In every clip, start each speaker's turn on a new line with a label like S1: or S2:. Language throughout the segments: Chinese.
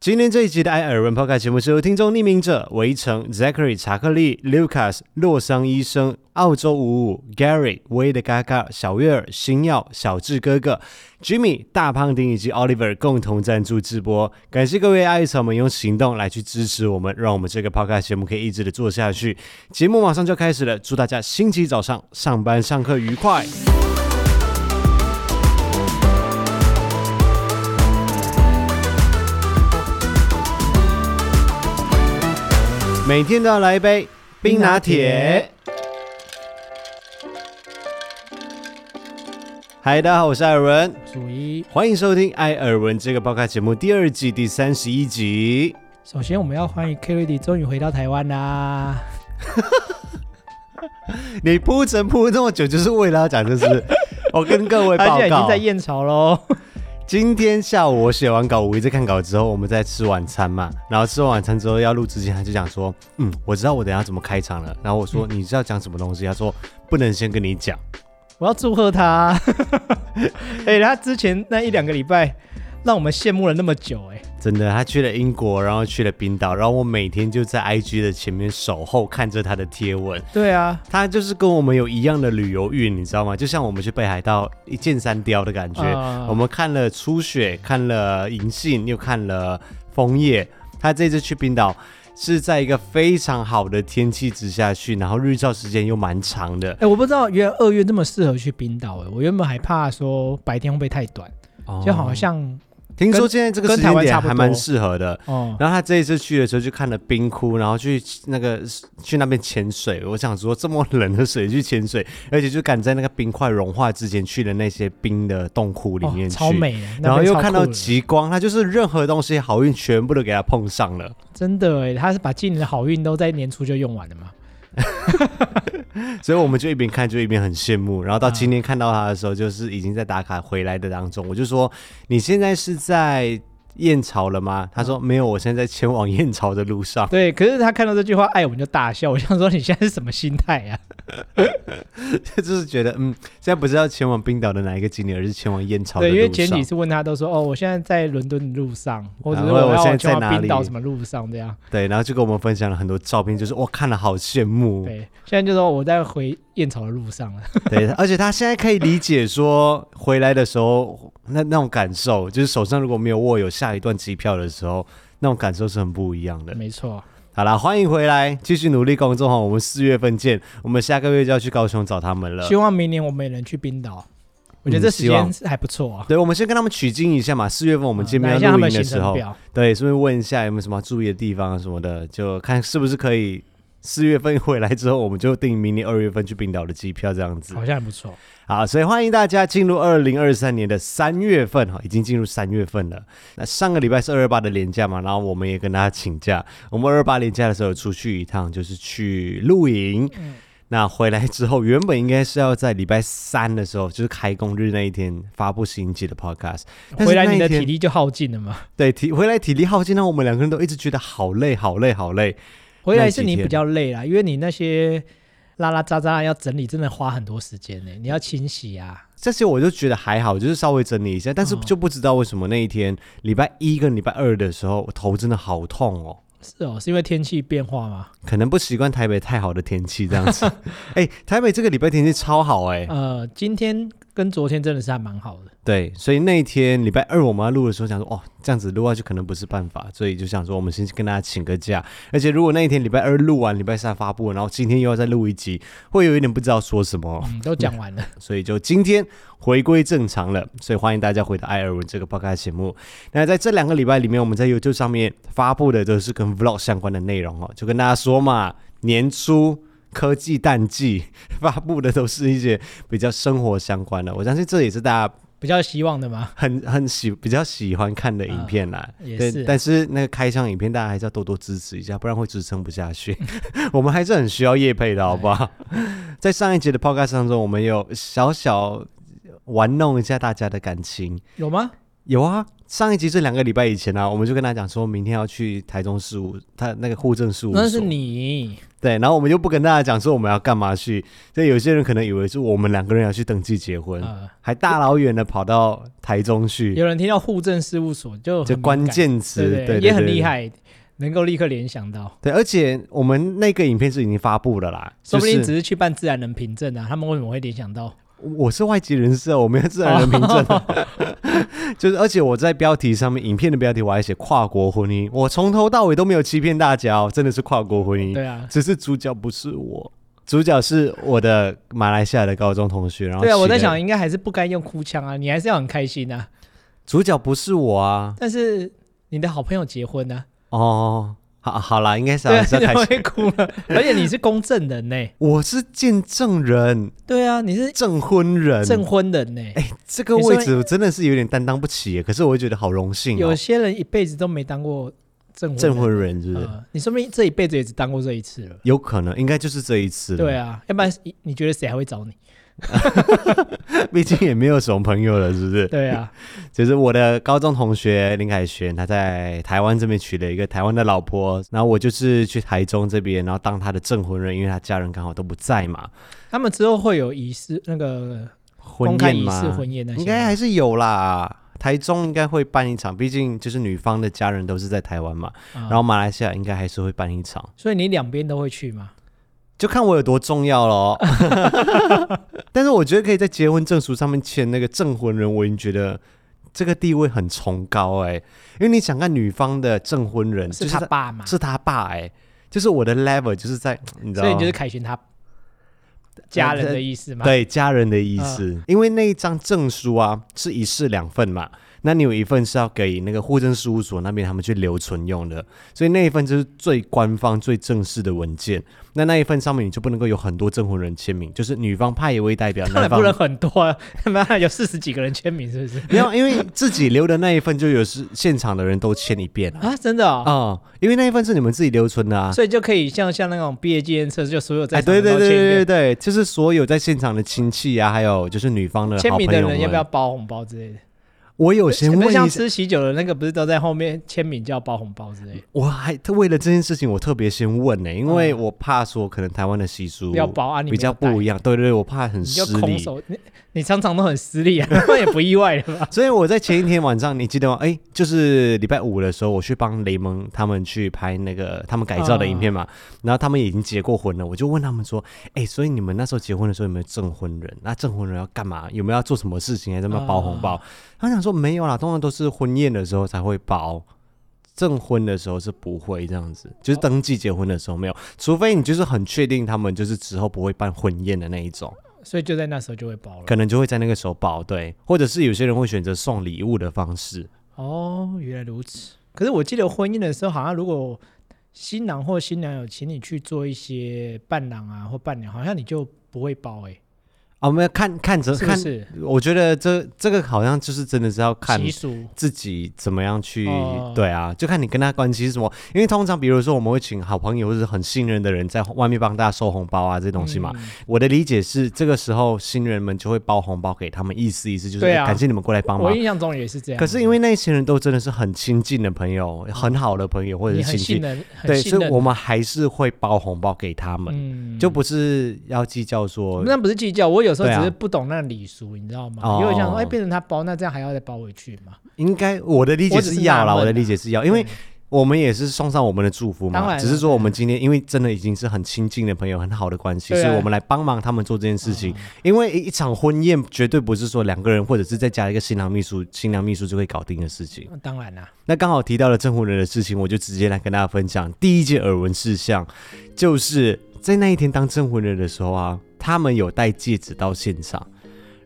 S1: 今天这一集的艾尔文 Podcast 节目是由听众匿名者围城、Zachary 查克利、Lucas 洛桑医生、澳洲五五、Gary 威的嘎嘎、小月儿、星耀、小智哥哥、Jimmy 大胖丁以及 Oliver 共同赞助直播。感谢各位爱草们用行动来去支持我们，让我们这个 Podcast 节目可以一直的做下去。节目马上就要开始了，祝大家星期早上上班上课愉快。每天都要来一杯冰拿铁。嗨，大家好，我是艾尔文，
S2: 数一，
S1: 欢迎收听《艾尔文》这个爆开节目第二季第三十一集。
S2: 首先我们要欢迎 k r d 终于回到台湾啦！
S1: 你铺陈铺这么久，就是为了要讲这 事。我跟各位
S2: 他
S1: 报
S2: 现在已经
S1: 告
S2: 在，燕巢喽。
S1: 今天下午我写完稿，我一直看稿之后，我们在吃晚餐嘛，然后吃完晚餐之后要录之前，他就讲说，嗯，我知道我等一下怎么开场了。然后我说、
S2: 嗯
S1: 你是要讲什么东西？他说不能先跟你讲。
S2: 我要祝贺他。 哎、他之前那一两个礼拜让我们羡慕了那么久、哎，
S1: 真的，他去了英国，然后去了冰岛，然后我每天就在 IG 的前面守候，看着他的贴文。
S2: 对啊，
S1: 他就是跟我们有一样的旅游欲，你知道吗？就像我们去北海道一箭三雕的感觉。
S2: 啊
S1: 我们看了初雪，看了银杏，又看了枫叶。他这次去冰岛是在一个非常好的天气之下去，然后日照时间又蛮长的
S2: 哎、。我不知道原来二月这么适合去冰岛，哎，我原本还怕说白天会不会太短，哦
S1: 哦
S2: 就好像
S1: 听说现在这个
S2: 跟
S1: 时
S2: 台
S1: 间
S2: 湾
S1: 点
S2: 差不
S1: 还蛮
S2: 多
S1: 适合的。
S2: 哦、
S1: 然后他这一次去的时候就看了冰窟，然后去那个去那边潜水。我想说，这么冷的水去潜水，而且就赶在那个冰块融化之前去的那些冰的洞窟里面
S2: 哦
S1: 去，
S2: 超美的，那边
S1: 然后又
S2: 超
S1: 看
S2: 酷
S1: 到
S2: 的
S1: 极光，他就是任何东西好运全部都给他碰上 了。
S2: 真的哎、他是把今年的好运都在年初就用完了嘛？
S1: 所以我们就一边看就一边很羡慕。然后到
S2: 啊
S1: 今天看到他的时候，就是已经在打卡回来的当中，我就说你现在是在。燕巢了吗？他
S2: 嗯
S1: 说没有，我现在在前往燕巢的路上。
S2: 对，可是他看到这句话，哎，我们就大笑。我想说，你现在是什么心态啊呀、
S1: 就是觉得，嗯，现在不是要前往冰岛的哪一个景点，而是前往燕巢的
S2: 对，
S1: 路
S2: 因
S1: 上。
S2: 为前几次问他都说，哦，我现在在伦敦的路上，或者是
S1: 然后
S2: 我
S1: 我现在在
S2: 要前
S1: 哪
S2: 往
S1: 里
S2: 冰岛什么路上这样。
S1: 对，然后就跟我们分享了很多照片，就是我看了好羡慕。
S2: 对，现在就说我在回燕巢的路上了。
S1: 对，而且他现在可以理解说回来的时候那那种感受，就是手上如果没有握有下一段机票的时候，那种感受是很不一样的。
S2: 没错，
S1: 好啦，欢迎回来，继续努力工作哈，我们四月份见，我们下个月就要去高雄找他们了
S2: 希。望明年我们也能去冰岛。我觉得这时
S1: 嗯希望
S2: 间是还不错啊。嗯
S1: 对，我们先跟他们取经一下嘛。四月份我
S2: 我
S1: 们见面要
S2: 他
S1: 录
S2: 们
S1: 音的
S2: 行
S1: 时
S2: 程
S1: 候，
S2: 表，
S1: 对，顺便问一下有没有什么要注意的地方啊什么的，就看是不是可以四月份回来之后，我们就订明年二月份去冰岛的机票这样子。
S2: 好像还不错。
S1: 好，所以欢迎大家进入二零二三年的三月份哈，已经进入三月份了。啊那上个礼拜是二二八的连假嘛，然后我们也跟大家请假。我们二二八连假的时候有出去一趟，就是去露营。
S2: 嗯
S1: 那回来之后，原本应该是要在礼拜三的时候，就是开工日那一天发布新一集的 podcast。但是
S2: 回来
S1: 那一
S2: 你的
S1: 天
S2: 体力就耗尽了嘛。
S1: 对，体回来体力耗尽，让我们两个人都一直觉得好累，好累，好累。
S2: 回
S1: 那
S2: 来
S1: 几
S2: 是你
S1: 天
S2: 比较累啦，因为你那些拉拉杂杂要整理，真的花很多时间呢、你要清洗啊。
S1: 这些我就觉得还好，就是稍微整理一下，但是
S2: 哦
S1: 就不知道为什么那一天礼拜一跟礼拜二的时候，我头真的好痛哦。
S2: 是哦，是因为天气变化吗？
S1: 可能不习惯台北太好的天气这样子，哎、台北这个礼拜天气超好哎、
S2: 呃，今天跟昨天真的是还蛮好的。
S1: 对，所以那一天礼拜二我们要录的时候，想说哦，这样子录下去可能不是办法，所以就想说我们先跟大家请个假。而且如果那一天礼拜二录完，礼拜三发布，然后今天又要再录一集，会有一点不知道说什么。
S2: 嗯，都讲完了。
S1: 所以就今天回归正常了，所以欢迎大家回到艾尔文这个 podcast 节目。那在这两个礼拜里面，我们在 YouTube 上面发布的都是跟 vlog 相关的内容哦，就跟大家说嘛，年初。科技淡季 发布的都是一些比较生活相关的，我相信这也是大家
S2: 比较希望的嘛，
S1: 很很喜比较喜欢看的影片啦。
S2: 也
S1: 对
S2: 是啊。
S1: 但是那个开箱影片大家还是要多多支持一下，不然会支撑不下去。 我们还是很需要叶配的，好不好？
S2: 哎
S1: 在上一节的 podcast 当中，我们有小小玩弄一下大家的感情。
S2: 有吗？
S1: 有啊，上一集这两个礼拜以前啊，我们就跟他讲说明天要去台中事务，他那个户政事务所。
S2: 那是你，
S1: 对，然后我们就不跟大家讲说我们要干嘛去，所以有些人可能以为是我们两个人要去登记结婚，
S2: 呃，
S1: 还大老远的跑到台中去，
S2: 有人听到户政事务所就
S1: 这
S2: 很
S1: 关
S2: 敏感，
S1: 键词对
S2: 对
S1: 对
S2: 也很
S1: 对
S2: 厉害，能够立刻联想到，
S1: 对，而且我们那个影片是已经发布了啦，
S2: 说不定
S1: 就
S2: 只
S1: 是
S2: 是去办自然人凭证啊，他们为什么会联想到？
S1: 我是外籍人士啊，我没有自然人凭证、
S2: 哦
S1: 就是而且我在标题上面，影片的标题我还写跨国婚姻，我从头到尾都没有欺骗大家哦，真的是跨国婚姻，
S2: 对啊，
S1: 只是主角不是我，主角是我的马来西亚的高中同学，然后
S2: 对啊，我
S1: 起
S2: 在
S1: 了
S2: 想应该还是不该用哭腔啊，你还是要很开心啊，
S1: 主角不是我啊，
S2: 但是你的好朋友结婚呢、
S1: 哦，好好啦，应该是
S2: 对
S1: 还
S2: 啊，
S1: 是要
S2: 你
S1: 开始，
S2: 会哭了， 而且你是公证人呢、
S1: 我是见证人，
S2: 对啊，你是
S1: 证婚人，
S2: 证婚人呢、
S1: 哎、这个位置我真的是有点担当不起耶，可是我会觉得好荣幸
S2: 有
S1: 哦。
S2: 些人一辈子都没当过证婚
S1: 证
S2: 人
S1: 婚人是不是？
S2: 呃，你说不定这一辈子也只当过这一次了。
S1: 有可能，应该就是这一次了。
S2: 对，啊，要不然你你觉得谁还会找你？
S1: 毕竟也没有什么朋友了，是不是？
S2: 对啊，
S1: 就是我的高中同学林凯旋，他在台湾这边娶了一个台湾的老婆，然后我就是去台中这边，然后当他的证婚人，因为他家人刚好都不在嘛。
S2: 他们之后会有仪式，那个
S1: 婚
S2: 公开
S1: 宴
S2: 仪
S1: 嘛，
S2: 式、婚宴那些吗，
S1: 应该还是有啦。台中应该会办一场，毕竟就是女方的家人都是在台湾嘛，然
S2: 啊
S1: 后马来西亚应该还是会办一场，
S2: 所以你两边都会去嘛？
S1: 就看我有多重要 咯。但是我觉得可以在结婚证书上面签那个证婚人，我已经觉得这个地位很崇高哎、因为你想看女方的证婚人，嗯就是是
S2: 他爸嘛？
S1: 是他爸哎、就是我的 level 就是在你知道
S2: 所以
S1: 吗，
S2: 你就是凯旋他家人的意思嘛？
S1: 对家人的意思，
S2: 嗯
S1: 因为那一张证书啊是一式两份嘛，那你有一份是要给那个户政事务所那边他们去留存用的，所以那一份就是最官方、最正式的文件。那那一份上面你就不能够有很多证婚人签名，就是女方派一位 代表，
S2: 当
S1: 男
S2: 然不
S1: 方
S2: 能很多啊， 他妈有四十几个人签名，是不是？
S1: 没有，因为自己留的那一份就有是现场的人都签一遍啊。
S2: 啊， 真的哦，
S1: 哦，因为那一份是你们自己留存的啊，
S2: 所以就可以像像那种毕业纪念册，就所有在
S1: 哎，
S2: 场的
S1: 对对
S2: 都
S1: 对
S2: 签一
S1: 对对
S2: 遍
S1: 对，就是所有在现场的亲戚啊，还有就是女方的好
S2: 签
S1: 朋
S2: 名
S1: 友
S2: 的
S1: 们
S2: 人要不要包红包之类的？
S1: 我有先
S2: 不
S1: 问
S2: 是
S1: 一
S2: 像
S1: 下，
S2: 吃喜酒的那个，不是都在后面签名就要包红包之类的，
S1: 我还特为了这件事情，我特别先问呢、因为我怕说可能台湾的习俗
S2: 嗯要包啊？你没有
S1: 比较不一样，对对对，我怕很
S2: 你
S1: 失
S2: 就空
S1: 礼，
S2: 手，你你常常都很失利啊， 那也不意外了吧？
S1: 所以我在前一天晚上，你记得吗？哎、就是礼拜五的时候，我去帮雷蒙他们去拍那个他们改造的影片嘛，然后他们已经结过婚了，我就问他们说，哎、所以你们那时候结婚的时候有没有证婚人？那证婚人要干嘛？有没有要做什么事情？还是要包红包？他们讲说没有啦，通常都是婚宴的时候才会包。证婚的时候是不会这样子，就是登记结婚的时候没有，除非你就是很确定他们就是之后不会办婚宴的那一种。
S2: 所以就在那时候就会包了。
S1: 可能就会在那个时候报对，或者是有些人会选择送礼物的方式。
S2: 哦，原来如此。可是我记得婚姻的时候，好像如果新郎或新娘有请你去做一些伴郎啊或伴娘，好像你就不会包哎、
S1: 啊，我们要看看着
S2: 是不
S1: 看，
S2: 是？
S1: 我觉得这这个好像就是真的是要看
S2: 习俗
S1: 自己怎么样去、
S2: 哦
S1: 对啊，就看你跟他关系是什么。因为通常比如说我们会请好朋友或者是很信任的人在外面帮大家收红包啊这东西嘛。
S2: 嗯
S1: 我的理解是，这个时候新人们就会包红包给他们，意思意思就是、
S2: 对啊
S1: 哎感谢你们过来帮忙
S2: 我。印象中也是这样。啊
S1: 可是因为那些人都真的是很亲近的朋友，很好的朋友或者
S2: 嗯你
S1: 是
S2: 很
S1: 亲戚
S2: 信，任，很
S1: 对，
S2: 信
S1: 所以
S2: 任
S1: 我们还是会包红包给他们，
S2: 嗯
S1: 就不是要计较说，
S2: 那不是计较，我有时候
S1: 对啊
S2: 只是不懂那礼俗，你知道吗？
S1: 哦
S2: 因为我想说，哎，变成他包，那这样还要再包回去嘛？
S1: 应该我的理解
S2: 我只是
S1: 是要
S2: 纳
S1: 啦，
S2: 闷
S1: 我的
S2: 啊
S1: 理解是要，因为
S2: 对
S1: 我们也是送上我们的祝福
S2: 当
S1: 嘛，
S2: 然
S1: 只是
S2: 了
S1: 说我们今天因为真的已经是很亲近的朋友，很好的关系，
S2: 对啊嗯
S1: 所以我们来帮忙他们做这件事情。因为一一场婚宴绝对不是说两个人或者是再加一个新郎秘书、新娘秘书就会搞定的事情。
S2: 那当然啦，
S1: 那刚好提到了证婚人的事情，我就直接来跟大家分享第一件耳闻事项，就是在那一天当证婚人的时候啊，他们有带戒指到现场，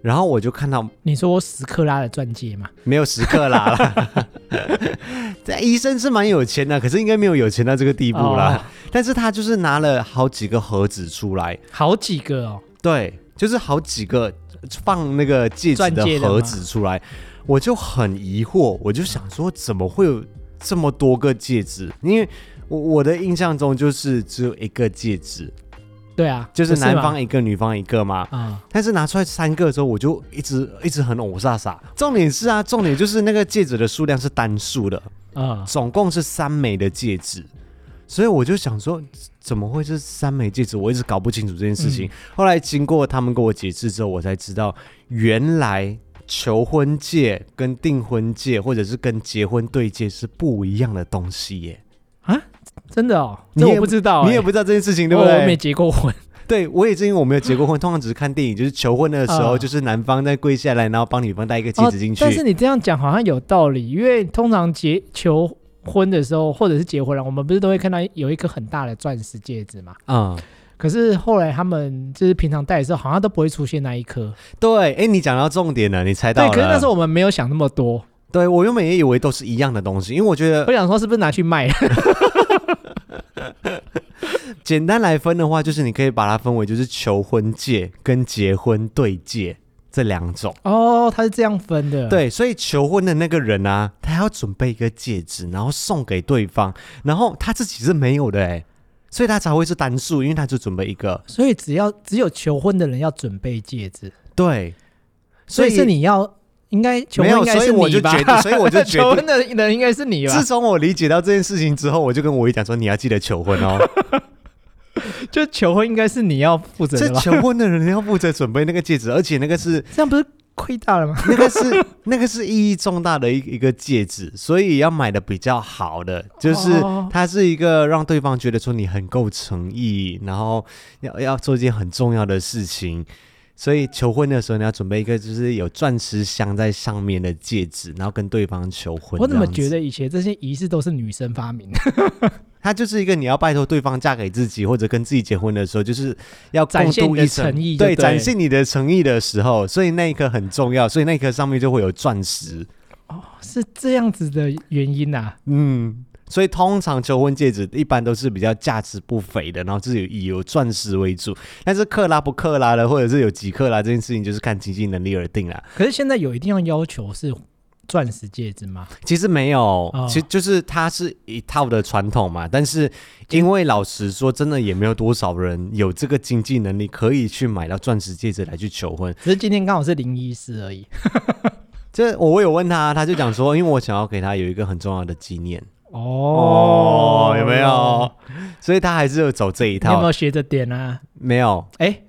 S1: 然后我就看到
S2: 你说我死克拉的钻戒嘛？
S1: 没有时刻啦啦。 这医生是蛮有钱的，可是应该没有有钱到这个地步啦。但是他就是拿了好几个盒子出来，
S2: 好几个哦，
S1: 对，就是好几个放那个戒指
S2: 钻戒
S1: 的
S2: 的吗
S1: 盒子出来，我就很疑惑，我就想说怎么会有这么多个戒指？因为我我的印象中就是只有一个戒指，
S2: 对啊，
S1: 就是
S2: 不
S1: 男
S2: 吗
S1: 方一个，女方一个嘛。
S2: 啊，
S1: 但是拿出来三个之后，我就一直一直很偶飒飒。重点是啊，重点就是那个戒指的数量是单数的，
S2: 啊，
S1: 总共是三枚的戒指，所以我就想说，怎么会是三枚戒指？我一直搞不清楚这件事情。
S2: 嗯
S1: 后来经过他们跟我解释之后，我才知道，原来求婚戒跟订婚戒，或者是跟结婚对戒是不一样的东西耶。
S2: 真的哦，
S1: 你
S2: 这
S1: 也
S2: 我不知道欸，
S1: 你也不知道这件事情，对不
S2: 我我没
S1: 对？
S2: 结过婚，
S1: 对，我也是因为我没有结过婚，通常只是看电影，就是求婚的时候，
S2: 啊
S1: 就是男方在跪下来，然后帮女方戴一个戒指进去。
S2: 哦但是你这样讲好像有道理，因为通常结求婚的时候，或者是结婚了，我们不是都会看到有一颗很大的钻石戒指嘛？
S1: 嗯，
S2: 可是后来他们就是平常戴的时候，好像都不会出现那一颗。
S1: 对，哎，你讲到重点了，你猜到
S2: 对，
S1: 了。
S2: 可是那时候我们没有想那么多，
S1: 对我原本也以为都是一样的东西，因为我觉得
S2: 我想说是不是拿去卖？
S1: 简单来分的话，就是你可以把它分为就是求婚戒跟结婚对戒这两种。
S2: 哦，他是这样分的。，
S1: 对，所以求婚的那个人啊，他要准备一个戒指，然后送给对方，然后他自己是没有的哎、所以他才会是单数，因为他就准备一个。
S2: 所以只要只有求婚的人要准备戒指，
S1: 对，
S2: 所以是你要应该求
S1: 没有
S2: 婚应该
S1: 所以
S2: 是
S1: 我就
S2: 你吧
S1: 决定？所以我就决定
S2: 求婚的人应该是你吧
S1: 自？从我理解到这件事情之后，我就跟我一讲说，你要记得求婚 哦。
S2: 就求婚应该是你要负责
S1: 这
S2: 的吧？
S1: 求婚的人要负责准备那个戒指，而且那个是
S2: 这样不是亏大了吗？
S1: 那个是 那个是意义重大的一一个戒指，所以要买的比较好的，就是
S2: 哦
S1: 它是一个让对方觉得说你很够诚意，然后要要做一件很重要的事情。所以求婚的时候，你要准备一个就是有钻石镶在上面的戒指，然后跟对方求婚。
S2: 我怎么
S1: 这样子
S2: 觉得以前这些仪式都是女生发明的？
S1: 它就是一个你要拜托对方嫁给自己，或者跟自己结婚的时候，就是要
S2: 展
S1: 共
S2: 现
S1: 度
S2: 你的
S1: 一生
S2: 诚意就
S1: 对，
S2: 对
S1: 展现你的诚意的时候，所以那一刻很重要，所以那一刻上面就会有钻石。
S2: 哦是这样子的原因啊？
S1: 嗯，所以通常求婚戒指一般都是比较价值不菲的，然后是有以有钻石为主。但是克拉不克拉的，或者是有几克拉这件事情，就是看经济能力而定啦。
S2: 可是现在有一定要要求是钻石戒指吗？
S1: 其实没有，
S2: 哦
S1: 其实就是它是一套的传统嘛。但是因为老实说，真的也没有多少人有这个经济能力可以去买到钻石戒指来去求婚。
S2: 只是今天刚好是零一四而已。
S1: 这我有问他，他就讲说，因为我想要给他有一个很重要的纪念
S2: 哦
S1: 有没有？？所以他还是有走这一
S2: 你有没
S1: 套，
S2: 有学着点啊？
S1: 没有。
S2: 哎，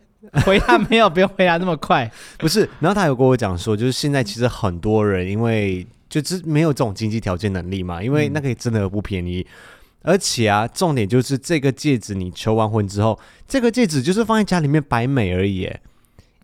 S2: 回答没有，不用回答那么快。
S1: 不是，然后他有跟我讲说，就是现在其实很多人因为就是没有这种经济条件能力嘛，因
S2: 嗯
S1: 为那个真的不便宜。而且啊，重点就是这个戒指，你求完婚之后，这个戒指就是放在家里面摆美而已耶。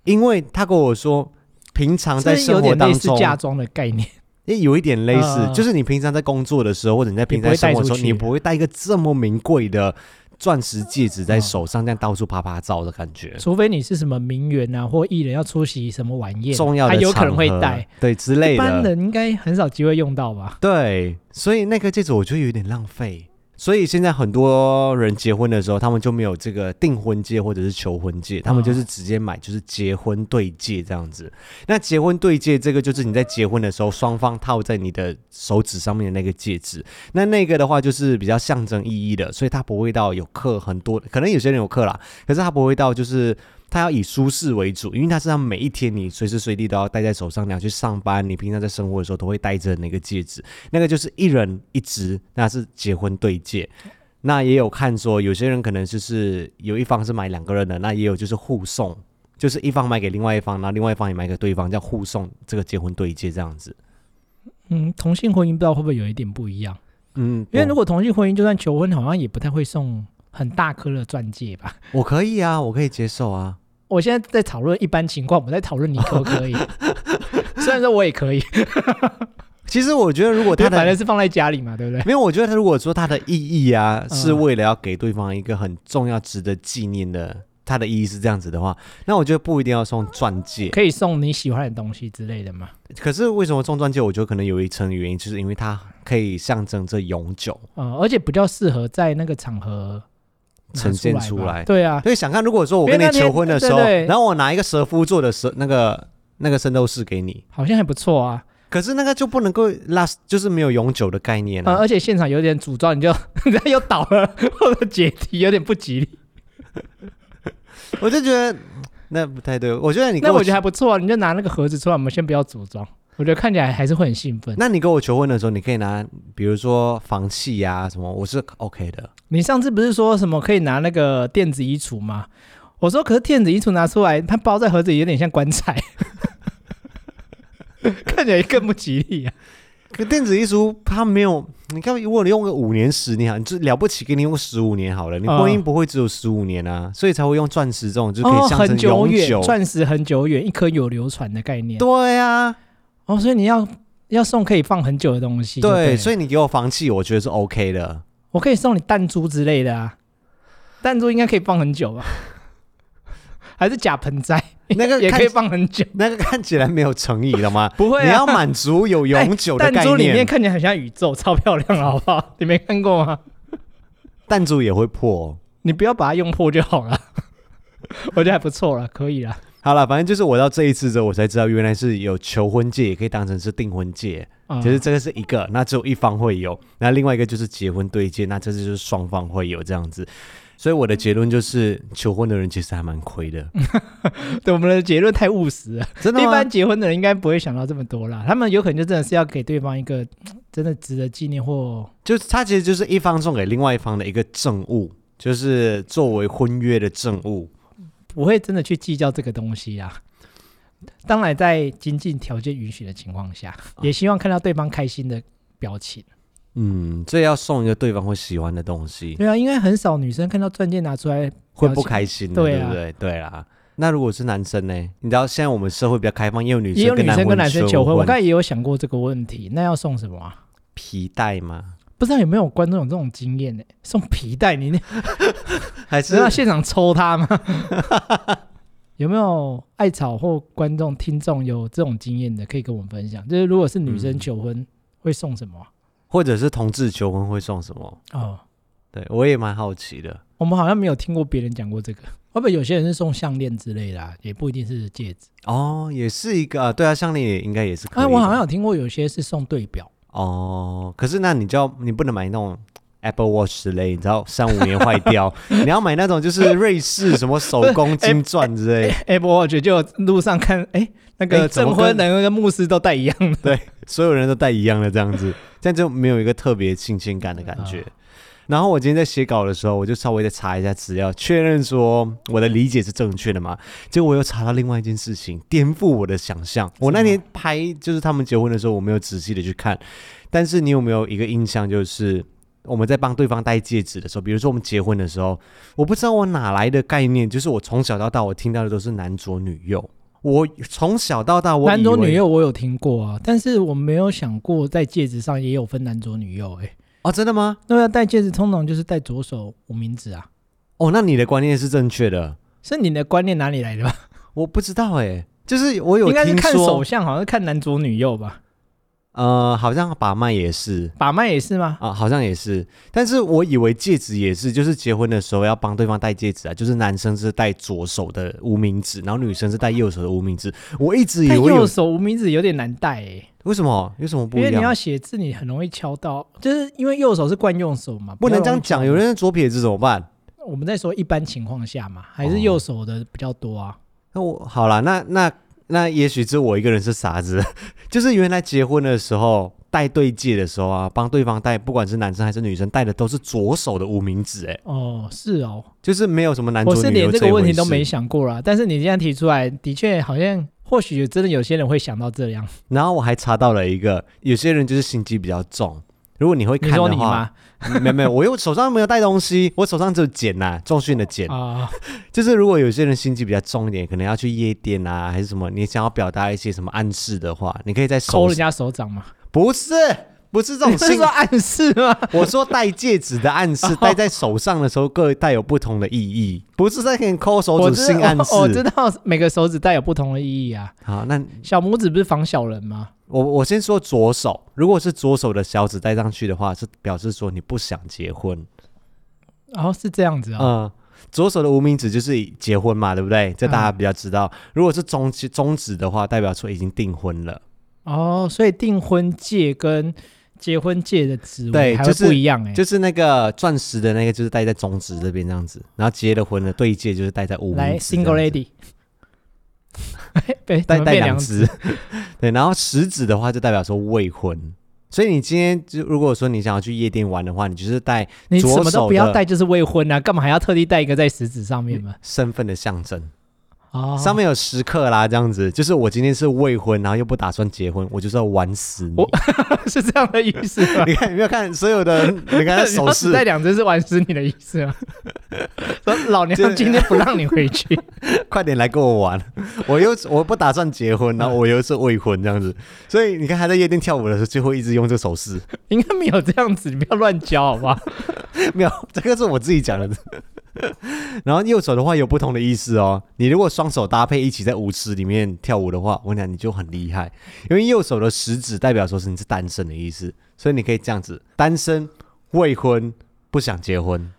S1: 因为他跟我说，平常在
S2: 这是
S1: 生
S2: 有
S1: 活
S2: 点
S1: 当
S2: 类似
S1: 中，
S2: 嫁妆的概念，
S1: 也有一点类似，
S2: 嗯嗯
S1: 就是你平常在工作的时候，或者你在平
S2: 你
S1: 常
S2: 不会带
S1: 生活的时候，
S2: 出去
S1: 你不会戴一个这么名贵的钻石戒指
S2: 嗯
S1: 在手上，这样到处啪啪照的感觉。
S2: 除非你是什么名媛啊或艺人要出席什么晚宴，
S1: 重要的
S2: 嗯还有可
S1: 场
S2: 能会
S1: 合
S2: 戴。
S1: 对之
S2: 一
S1: 类的，
S2: 般人应该很少机会用到吧？
S1: 对，所以那个戒指我觉得有点浪费。所以现在很多人结婚的时候，他们就没有这个订婚戒或者是求婚戒，他们就是直接买就是结婚对戒这样子。那结婚对戒这个就是你在结婚的时候双方套在你的手指上面的那个戒指，那那个的话就是比较象征意义的，所以它不会到有刻很多，可能有些人有刻啦，可是它不会到就是它要以舒适为主，因为它是它每一天你随时随地都要戴在手上，你要去上班，你平常在生活的时候都会戴着那个戒指，那个就是一人一只，那是结婚对戒。
S2: 嗯
S1: 那也有看说，有些人可能就是有一方是买两个人的，那也有就是互送，就是一方买给另外一方，然后另外一方也买给对方，叫互送这个结婚对戒这样子。
S2: 嗯，同性婚姻不知道会不会有一点不一样。
S1: 嗯，
S2: 因为如
S1: 我
S2: 果同性婚姻，就算求婚，好像也不太会送很大颗的钻戒吧。
S1: 我可以啊，我可以接受啊。
S2: 我现在在讨论一般情况，我们在讨论你可不可 以。虽然说我也可以，
S1: 其实我觉得，如果
S2: 我
S1: 他
S2: 反
S1: 的
S2: 正是放在家里嘛，对不对？
S1: 没有，我觉得他如果说他的意义啊，
S2: 嗯
S1: 是为了要给对方一个很重要、值得纪念的，他的意义是这样子的话，那我觉得不一定要送钻戒。
S2: 可以送你喜欢的东西之类的嘛。
S1: 可是为什么送钻戒？我觉得可能有一层原因，就是因为它可以象征着永久。
S2: 嗯，而且比较适合在那个场合拿
S1: 呈现
S2: 吧
S1: 出来
S2: 对啊，
S1: 所以想看，如果说我跟
S2: 因
S1: 你
S2: 为那天
S1: 求婚的时候，
S2: 对对对
S1: 然后我拿一个蛇夫座的蛇那个那个圣斗士给你，
S2: 好像还不错啊。
S1: 可是那个就不能够 last，就是没有永久的概念
S2: 嗯，
S1: 啊。
S2: 而且现场有点 诅咒，你就你又倒了或者解体，有点不吉利。
S1: 我就觉得那不太对。我觉得你跟
S2: 那
S1: 我
S2: 我觉得还不错啊，你就拿那个盒子出来，我们先不要组装，我觉得看起来还是会很兴奋。
S1: 那你跟我求婚的时候，你可以拿比如说房契呀、什么，我是 OK 的。
S2: 你上次不是说什么可以拿那个电子衣橱吗？我说可是电子衣橱拿出来，它包在盒子里，有点像棺材， 看起来更不吉利啊。
S1: 可电子艺术它没有，你看如果你用个五年十年好，你就了不起，给你用十五年好了，你
S2: 嗯
S1: 婚姻不会只有十五年啊，所以才会用钻石这种就可
S2: 哦，
S1: 以象
S2: 很
S1: 征
S2: 久
S1: 永久。
S2: 远，钻石很久远，一颗有流传的概念。
S1: 对啊，
S2: 哦，所以你要要送可以放很久的东西就对了。
S1: 对，所
S2: 以
S1: 以你给我房契，我觉得是 OK 的。
S2: 我可以送你弹珠之类的啊，弹珠应该可以放很久吧？ 还是假盆栽
S1: 那个
S2: 也
S1: 看
S2: 可以放很久？
S1: 那个看起来没有诚意了 吗？
S2: 不会、啊，哎
S1: 你要满足 有永久的
S2: 弹
S1: 概
S2: 珠里
S1: 念，
S2: 面看起来很像宇宙，超漂亮了，好不好？ 你没看过吗？
S1: 弹珠也会破。
S2: 你不要把它用破就好了， 我觉得还不错了，可以了。
S1: 好了，反正就是我到这一次之后，我才知道原来是有求婚戒，也可以当成是订婚戒。
S2: 嗯、
S1: 其实这个是一个，那只有一方会有，那另外一个就是结婚对戒，那这就是双方会有这样子。所以我的结论就是，求婚的人其实还蛮亏的，
S2: 对我们的结论太务实了。
S1: 真的
S2: 嗯一
S1: 吗
S2: 般？结婚的人应该不会想到这么多啦，他们有可能就真的是要给对方一个嗯真的值得纪念或
S1: 就是他其实就是一方送给另外一方的一个证物，就是作为婚约的证物。
S2: 不会真的去计较这个东西啊。当然，在经济条件允许的情况下，也希望看到对方开心的表情。
S1: 嗯，这要送一个对方会喜欢的东西，
S2: 对啊，应该很少女生看到钻戒拿出来
S1: 会
S2: 表
S1: 不
S2: 情
S1: 开心的，
S2: 对
S1: 对
S2: 啊
S1: 不对？对啦。那如果是男生呢？你知道现在我们社会比较开放，也有女
S2: 也有
S1: 生
S2: 女
S1: 男
S2: 生跟男
S1: 男
S2: 生求
S1: 求
S2: 婚，我刚才也有想过这个问题，那要送什么啊？
S1: 皮带吗？
S2: 不知道有没有观众有这种经验呢、送皮带，你那
S1: 还
S2: 是
S1: 是
S2: 要现场抽他吗？ 有没有艾草或观众听众有这种经验的，可以跟我们分享？就是如果是女生
S1: 嗯
S2: 求婚，会送什么啊、
S1: 或者是同志求婚会送什么？
S2: 哦，
S1: 对我也蛮好奇的。
S2: 我们好像没有听过别人讲过这个。会不会有些人是送项链之类的、啊，也不一定是戒指。
S1: 哦，也是一个啊，对啊，项链也应该也是可以
S2: 哎、
S1: 的。
S2: 我好像有听过有些是送对表，
S1: 哦，可是那你就要你不能买那种 Apple Watch 之类，你知道三五年坏 掉，你要买那种就是瑞士什么手工金钻之类，
S2: 哎，我觉得就路上看， 哎、那
S1: 哎
S2: 个
S1: 怎么
S2: 证
S1: 跟
S2: 婚人跟牧师都戴一样的。
S1: 所有人都戴一样的这样 子，这样就没有一个特别新鲜感的感
S2: 啊
S1: 觉。然后我今天在写稿的时候，我就稍微再查一下资料，确认说我的理解是正确的嘛。结果我又查到另外一件事情，颠覆我的想象。我那天拍就是他们结婚的时候，我没有仔细的去看，但是你有没有一个印象，就是我们在帮对方戴戒指的时候，比如说我们结婚的时候，我不知道我哪来的概念，就是我从小到大我听到的都是男左女右。我从小到大我以
S2: 男左
S1: 为
S2: 女右我有听过啊，但是我没有想过在戒指上也有分男左女右哎、欸。
S1: 哦，真的吗？
S2: 那要戴戒指通常就是戴左手无名指啊，
S1: 哦，那你的观念是正确的，
S2: 是你的观念哪里来的吧？
S1: 我不知道哎、就是我有
S2: 应该是
S1: 听
S2: 看
S1: 说
S2: 手，相，好像是看男左女右吧？
S1: 呃，好像把脉也是
S2: 把脉也是吗？
S1: 啊，好像也是，但是我以为戒指也是，就是结婚的时候要帮对方戴戒指啊，就是男生是戴左手的无名指，然后女生是戴右手的无名指，我一直以
S2: 但
S1: 为
S2: 右
S1: 有
S2: 手无名指有点难戴哎、
S1: 为什么有什么不
S2: 因为
S1: 一
S2: 你要
S1: 样？
S2: 写字你很容易敲到，就是因为右手是惯用手嘛，
S1: 不能
S2: 比
S1: 这
S2: 较容
S1: 样
S2: 易敲
S1: 讲，
S2: 到
S1: 有人是左撇子怎么办？
S2: 我们在说一般情况下嘛，还
S1: 哦
S2: 是右手的比较多啊。
S1: 那我好啦，那那那也许只有我一个人是傻子， 就是原来结婚的时候戴对戒的时候啊，帮对方戴，不管是男生还是女生戴的都是左手的无名指、欸，
S2: 哦，是哦，
S1: 就是没有什么男左
S2: 我
S1: 女右
S2: 是连这个问题都
S1: 这一
S2: 没
S1: 回事。
S2: 想过啦，但是你现在提出来，的确好像或许真的有些人会想到这样。
S1: 然后我还查到了一个，有些人就是心机比较重。如果你会
S2: 你
S1: 看
S2: 说
S1: 的
S2: 你
S1: 话，
S2: 吗？
S1: 没有没有，我又手上没有带东西，我手上只有剪呐、重训的剪。
S2: 啊、
S1: 就是如果有些人心机比较重一点，可能要去夜店啊，还是什么，你想要表达一些什么暗示的话，你可以在
S2: 抠
S1: 手
S2: 人家手掌嘛？
S1: 不是不是这
S2: 你
S1: 种
S2: 是
S1: 心
S2: 说，暗示吗？
S1: 我说戴戒指的暗示，
S2: 哦
S1: 戴在手上的时候各带有不同的意义，不是在给你抠手
S2: 我
S1: 指
S2: 知
S1: 性暗示。
S2: 我，我知道每个手指带有不同的意义啊。
S1: 好，那
S2: 小拇指不是防小人吗？
S1: 我我先说左手，如果是左手的小指戴上去的话，是表示说你不想结婚。
S2: 然、后是这样子
S1: 嗯、
S2: 啊、哦，
S1: 左手的无名指就是以结婚嘛，对不对？这大家比较知道。
S2: 嗯
S1: 如果是中中指的话，代表说已经订婚了。
S2: 哦，所以订婚戒跟结婚戒的指
S1: 对
S2: 纹还会
S1: 就是
S2: 不一样哎、
S1: 就是那个钻石的那个，就是戴在中指这边这样子，然后结了婚的对戒就是戴在无名指这
S2: 来
S1: 样子
S2: ，single lady，哎被
S1: 戴
S2: 怎么
S1: 戴
S2: 被
S1: 两
S2: 两
S1: 只， 对，然后食指的话就代表说未婚。所以你今天就如果说你想要去夜店玩的话，你就是戴
S2: 你什么
S1: 左手
S2: 都不要
S1: 的
S2: 戴，就是未婚啊，干嘛还要特地戴一个在食指上面嘛？
S1: 身份的象征，
S2: 哦，
S1: 嗯上面有时刻啦，这样子，就是我今天是未婚，然后又不打算结婚，我就是要玩死你。
S2: 我 是这样的意思吗？
S1: 你看有没有看所有的？你 看他手势，
S2: 戴两只是玩死你的意 思吗？说老
S1: 就是
S2: 娘今天不让你回去，
S1: 快点来跟我玩！我又我不打算结婚，然后我又是未婚这样子，所以你看他在夜店跳舞的时候，就会一直用这手势。
S2: 应该没有这样子，你不要乱教好不好？
S1: 没有，这个是我自己讲的。 然后右手的话有不同的意思哦。你如果双手搭配一起在舞池里面跳舞的话，我跟你讲你就很厉害，因为右手的食指代表说是你是单身的意思，所以你可以这样子：单身、未婚、不想结婚。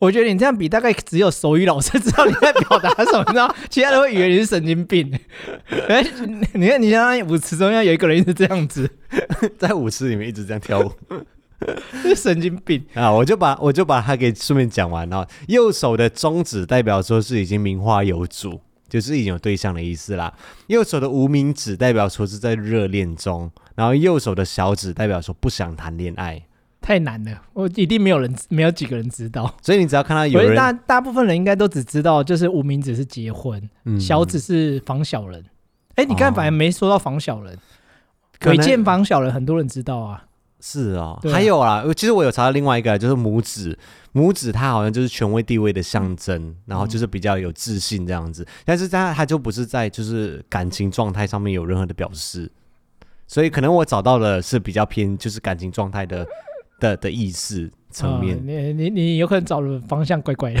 S2: 我觉得你这样比大概只有手语老师知道你在表达什么，你知道吗？其他人会以为你是神 经病。哎，你看你像舞池中央有一个人一直这样子，
S1: 在舞池里面一直这样跳舞
S2: 是神经病。
S1: 啊！我就把我就把它给顺便讲完哦。右手的中指代表说是已经名花有主，就是已经有对象的意思啦。右手的无名指代表说是在热恋中，然后右手的小指代表说不想谈恋爱。
S2: 太难了，我一定没有人，没有几个人知道。
S1: 所以你只要看到有
S2: 我觉得
S1: 人
S2: 大大部分人应该都只知道，就是无名指是结婚，
S1: 嗯
S2: 小指是防小人。哎，你刚才反而没说到防小人，
S1: 哦可
S2: 鬼
S1: 能
S2: 见防小人很多人知道啊。
S1: 是哦，
S2: 对啊
S1: 还有啦，呃其实我有查到另外一个，就是拇指，拇指它好像就是权威地位的象
S2: 嗯
S1: 征，然后就是比较有自信这样子，但是它它就不是在就是感情状态上面有任何的表示，所以可能我找到的是比较偏就是感情状态的的的意识层面
S2: 呃你你你有可能找的方向怪怪的。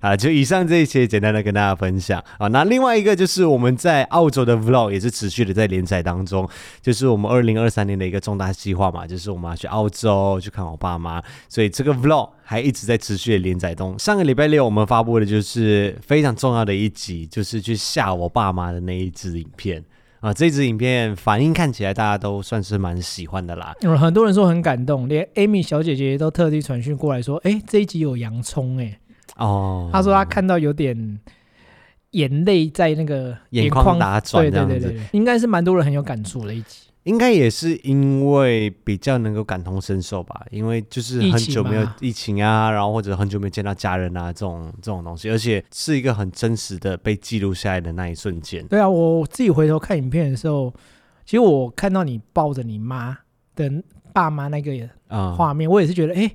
S1: 啊，就以上这些简单的跟大家分享啊。那另外一个就是我们在澳洲的 vlog 也是持续的在连载当中，就是我们二零二三年的一个重大计划嘛，就是我们要去澳洲去看我爸妈，所以这个 vlog 还一直在持续的连载中。上个礼拜六我们发布的就是非常重要的一集，就是去吓我爸妈的那一支影片。啊，这支影片反应看起来大家都算是蛮喜欢的啦，
S2: 有很多人说很感动，连 Amy 小姐姐都特地传讯过来说：“哎、这一集有洋葱哎、
S1: 哦，
S2: 她说她看到有点眼泪在那个
S1: 眼眶
S2: 眶
S1: 打
S2: 对
S1: 转这
S2: 对
S1: 样
S2: 对
S1: 子
S2: 对，，对应该是蛮多人很有感触的一集。
S1: 应该也是因为比较能够感同身受吧，因为就是很久没有
S2: 疫情嘛
S1: 疫情啊，然后或者很久没有见到家人啊，这种这种东西，而且是一个很真实的被记录下来的那一瞬间。
S2: 对啊，我自己回头看影片的时候，其实我看到你抱着你妈的爸妈那个
S1: 啊、
S2: 画面，我也是觉得哎、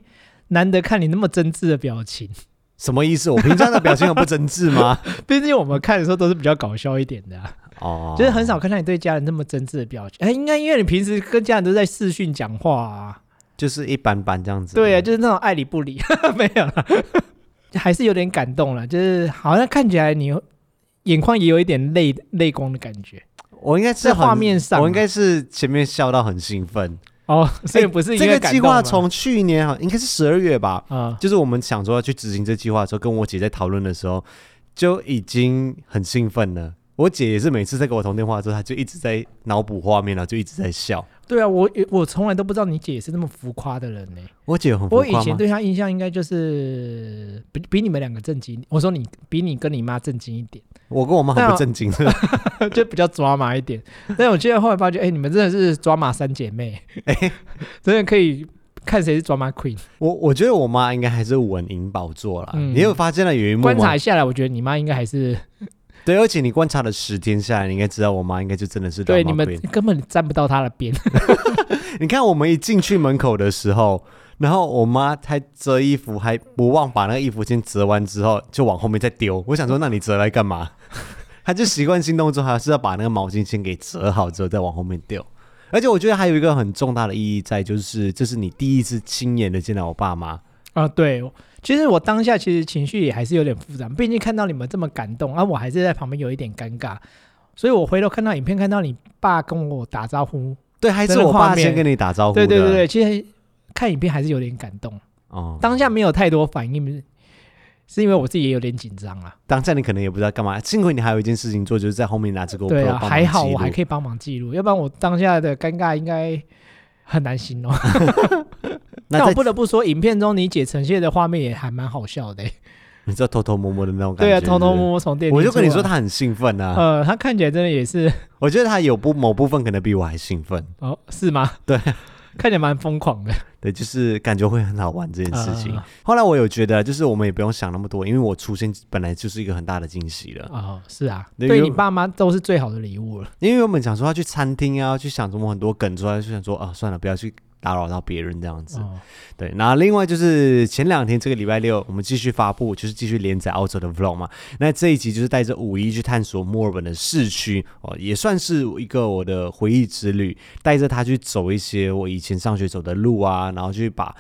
S2: 难得看你那么真挚的表情。
S1: 什么意思？我平常的表情很不真挚 吗？
S2: 毕竟我们看的时候都是比较搞笑一点的、啊。
S1: 哦，
S2: 就是很少看到你对家人那么真挚的表情。哎、应该因为你平时跟家人都在视讯讲话啊。
S1: 就是一般般这样子。
S2: 对啊，就是那种爱理不理， 没有啦，还是有点感动了。就是好像看起来你眼眶也有一点泪泪光的感觉
S1: 我应该是
S2: 在画
S1: 很
S2: 面上啊
S1: 我应该是前面笑到很兴奋。
S2: 哦，所以不
S1: 哎
S2: 是
S1: 这
S2: 因
S1: 个
S2: 为感
S1: 计
S2: 动吗
S1: 划从去年好应该是十二月吧，
S2: 啊、
S1: 就是我们想说要去执行这计划的时候，跟我姐在讨论的时候，就已经很兴奋了。我姐也是每次在跟我通电话的时候，她就一直在脑补画面，啊然后就一直在笑。
S2: 对啊，我我从来都不知道你姐也是那么浮夸的人呢、
S1: 我姐有很浮
S2: 我以
S1: 夸
S2: 前
S1: 吗？
S2: 对她印象应该就是比比你们两个正经，我说你比你跟你妈正经一点。
S1: 我跟我妈很不正经的，
S2: 就比较抓马一点。但我记得后来发觉，哎、你们真的是抓马三姐妹，真的可以看谁是抓马 queen。
S1: 我我觉得我妈应该还是稳赢宝座啦。
S2: 嗯
S1: 你有发现了有一幕
S2: 观察
S1: 吗？
S2: 下来，我觉得你妈应该还是
S1: 对，而且你观察了十天下来，你应该知道我妈应该就真的是
S2: 对
S1: 老
S2: 你
S1: 妈
S2: 们
S1: 边
S2: 根本站不到她的边。
S1: 你看我们一进去门口的时候，然后我妈还折衣服，还不忘把那个衣服先折完之后，就往后面再丢。我想说，那你折来干嘛？ 她就习惯性动作，还是要把那个毛巾先给折好之后再往后面丢。而且我觉得还有一个很重大的意义在，就是这是你第一次亲眼的见到我爸妈。
S2: 啊，对。其实我当下其实情绪也还是有点复杂，毕竟看到你们这么感动啊，我还是在旁边有一点尴尬。所以我回头看到影片，看到你爸跟我打招呼，
S1: 对，还是
S2: 真的
S1: 我
S2: 画
S1: 爸
S2: 面
S1: 先跟你打招呼的。
S2: 对哦对对啊对，其实看影片还是有点感动。
S1: 哦，
S2: 当下没有太多反应，是因为我自己也有点紧张啊啦。
S1: 当下你可能也不知道干嘛，幸亏你还有一件事情做，就是在后面拿这个 GoPro
S2: 对啊，
S1: 帮忙
S2: 还好
S1: 记
S2: 我还
S1: 录
S2: 可以帮忙记录，要不然我当下的尴尬应该很难形容。
S1: 那
S2: 但我
S1: 在
S2: 不得不说，影片中你姐呈现的画面也还蛮好笑的、欸。
S1: 你知道偷偷摸摸的那种感
S2: 对
S1: 觉，
S2: 啊，偷偷摸摸从
S1: 是
S2: 店
S1: 不
S2: 里。
S1: 是。我就跟你说，，他很兴奋啊！
S2: 呃，他看起来真的也是，
S1: 我觉得他有部某部分可能比我还兴奋，
S2: 哦，是吗？
S1: 对，
S2: 看起来蛮疯狂的
S1: 对，就是感觉会很好玩这件事情。
S2: 啊
S1: 后来我有觉得，就是我们也不用想那么多，因为我出现本来就是一个很大的惊喜了。
S2: 哦，是啊，
S1: 对
S2: 对
S1: 有
S2: 你爸妈都是最好的礼物了。
S1: 因为我们想说要去餐厅啊，去想什么很多梗出来，就想说啊，算了，不要去打扰到别人这样子。
S2: 哦，
S1: 对，那另外就是前两天这个礼拜六，我们继续发布，就是继续连载澳洲的 vlog 嘛。那这一集就是带着五一去探索墨尔本的市区哦，也算是一个我的回忆之旅，带着他去走一些我以前上学走的路啊，然后去把。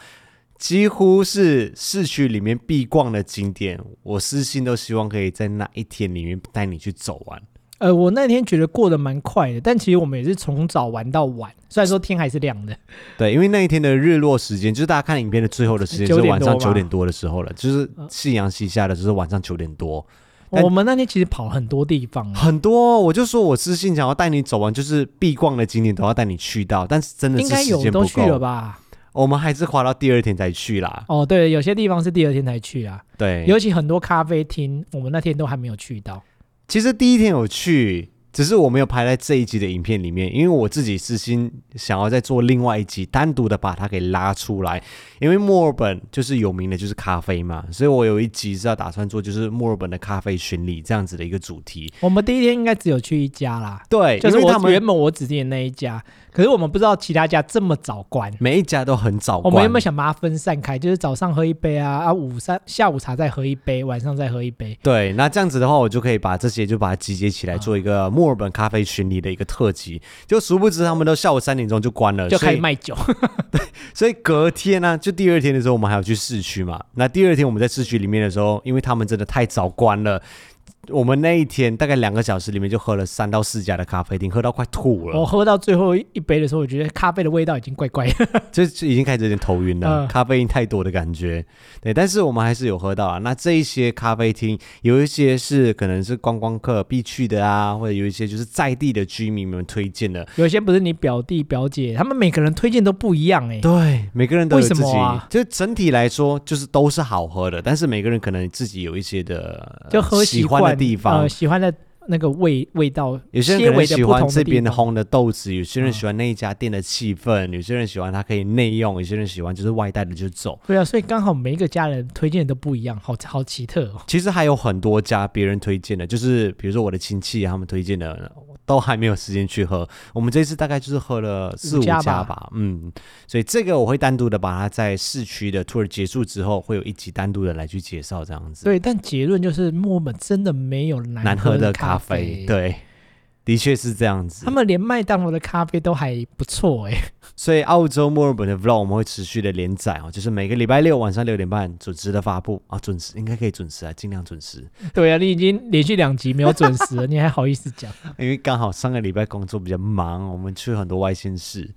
S1: 几乎是市区里面必逛的景点，我私信都希望可以在那一天里面带你去走完。
S2: 呃，我那天觉得过得蛮快的，但其实我们也是从早玩到晚，虽然说天还是亮的。
S1: 对，因为那一天的日落时间，就是大家看影片的最后的时间，
S2: 9
S1: 就是
S2: 点
S1: 晚上
S2: 多吧嗯
S1: 九点多的时候了，就是夕阳西下的，就是晚上九点多。但
S2: 我们那天其实跑了很多地方啊，
S1: 很多哦、我就说我私信想要带你走完，就是必逛的景点都要带你去到，但是真的
S2: 应
S1: 是
S2: 该
S1: 时
S2: 有
S1: 间不
S2: 都去了
S1: 够，
S2: 吧？
S1: 我们还是花到第二天才去啦。
S2: 哦，对，有些地方是第二天才去啊，
S1: 对，
S2: 尤其很多咖啡厅，我们那天都还没有去到。
S1: 其实第一天有去，只是我没有拍在这一集的影片里面，因为我自己私心想要再做另外一集，单独的把它给拉出来。因为墨尔本就是有名的就是咖啡嘛，所以我有一集是要打算做就是墨尔本的咖啡巡礼这样子的一个主题。
S2: 我们第一天应该只有去一家啦，
S1: 对，
S2: 就是
S1: 因为他
S2: 我
S1: 们
S2: 原本我指定的那一家，可是我们不知道其他家这么早关。
S1: 每一家都很早
S2: 我
S1: 关，
S2: 们原本想把它分散开，就是早上喝一杯啊，啊午餐下午茶再喝一杯，晚上再喝一杯。
S1: 对，那这样子的话，我就可以把这些就把它集结起来，
S2: 啊
S1: 做一个墨尔本咖啡群里的一个特辑。就殊不知他们都下午三点钟就关了，
S2: 就
S1: 呃所
S2: 开始
S1: 以
S2: 卖酒，
S1: 所以隔天呢、就第二天的时候，我们还要去市区嘛。那第二天我们在市区里面的时候，因为他们真的太早关了，我们那一天大概两个小时里面就喝了三到四家的咖啡厅，喝到快吐了，
S2: 我喝到最后一杯的时候，我觉得咖啡的味道已经怪怪 的。
S1: 就就已经开始有点头晕了，
S2: 嗯
S1: 咖啡因太多的感觉。对，但是我们还是有喝到啊。那这一些咖啡厅有一些是可能是观光客必去的啊，或者有一些就是在地的居民们推荐的。
S2: 有些不是你表弟表姐，他们每个人推荐都不一样哎、
S1: 对，每个人都有
S2: 为
S1: 自
S2: 什
S1: 己，
S2: 么啊
S1: 就整体来说就是都是好喝的，但是每个人可能自己有一些的呃
S2: 就喝
S1: 喜
S2: 惯
S1: 欢的地方
S2: 呃，。喜欢的那个味味道，
S1: 有些人
S2: 些
S1: 可能
S2: 微的
S1: 喜
S2: 不
S1: 欢
S2: 同
S1: 这
S2: 的地
S1: 边的
S2: 方。
S1: 烘的豆子，有些人
S2: 嗯
S1: 喜欢那一家店的气氛，有些人喜欢它可以内用，有些人喜欢就是外带的就走。
S2: 对啊，所以刚好每一个家人推荐的都不一样，好好奇特哦。
S1: 其实还有很多家别人推荐的，就是比如说我的亲戚啊他们推荐的，都还没有时间去喝。我们这次大概就是喝了四五
S2: 五家
S1: 家
S2: 吧
S1: 吧，嗯，所以这个我会单独的把它在市区的 tour 结束之后，会有一集单独的来去介绍这样子。，
S2: 对，但结论就是墨尔本真的没有难
S1: 难喝的咖
S2: 咖
S1: 啡，，对，的确是这样子
S2: 他。们连麦当劳的咖啡都还不错哎、
S1: 所以澳洲墨尔本的 vlog 我们会持续的连载哦，就是每个礼拜六晚上六点半准时的发布啊，准时应该可以准时啊，尽量准时，
S2: 对啊，你已 经连续两集没有准时了，你还好意思 讲？
S1: 因为刚好上个礼拜工作比较忙，我们去很多外县市。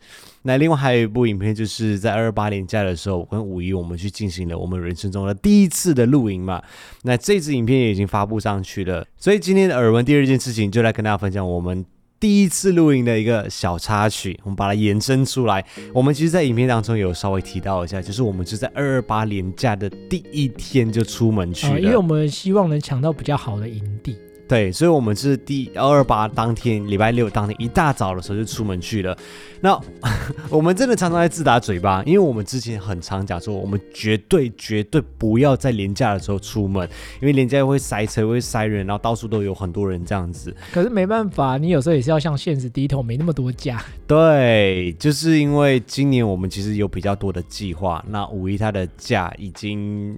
S1: 那另外还有一部影片，就是在二八年假的时候，我跟五一我们去进行了我们人生中的第一次的露营嘛。那这支影片也已经发布上去了，所以今天的耳闻第二件事情，就来跟大家分享我们。第一次露营的一个小插曲，我们把它延伸出来。我们其实，在影片当中有稍微提到一下，就是我们就在二二八年假的第一天就出门去了、
S2: 呃，因为我们希望能抢到比较好的营地。
S1: 对，所以我们是第二二八当天，礼拜六当天一大早的时候就出门去了。那 我们真的常常在自打嘴巴，因为我们之前很常讲说，我们绝对绝对不要在廉价的时候出门，因为廉价会塞车，会塞人，然后到处都有很多人这样子。
S2: 可是没办法，你有时候也是要向现实低头，没那么多假。
S1: 对，就是因为今年我们其实有比较多的计划，那五一它的假已经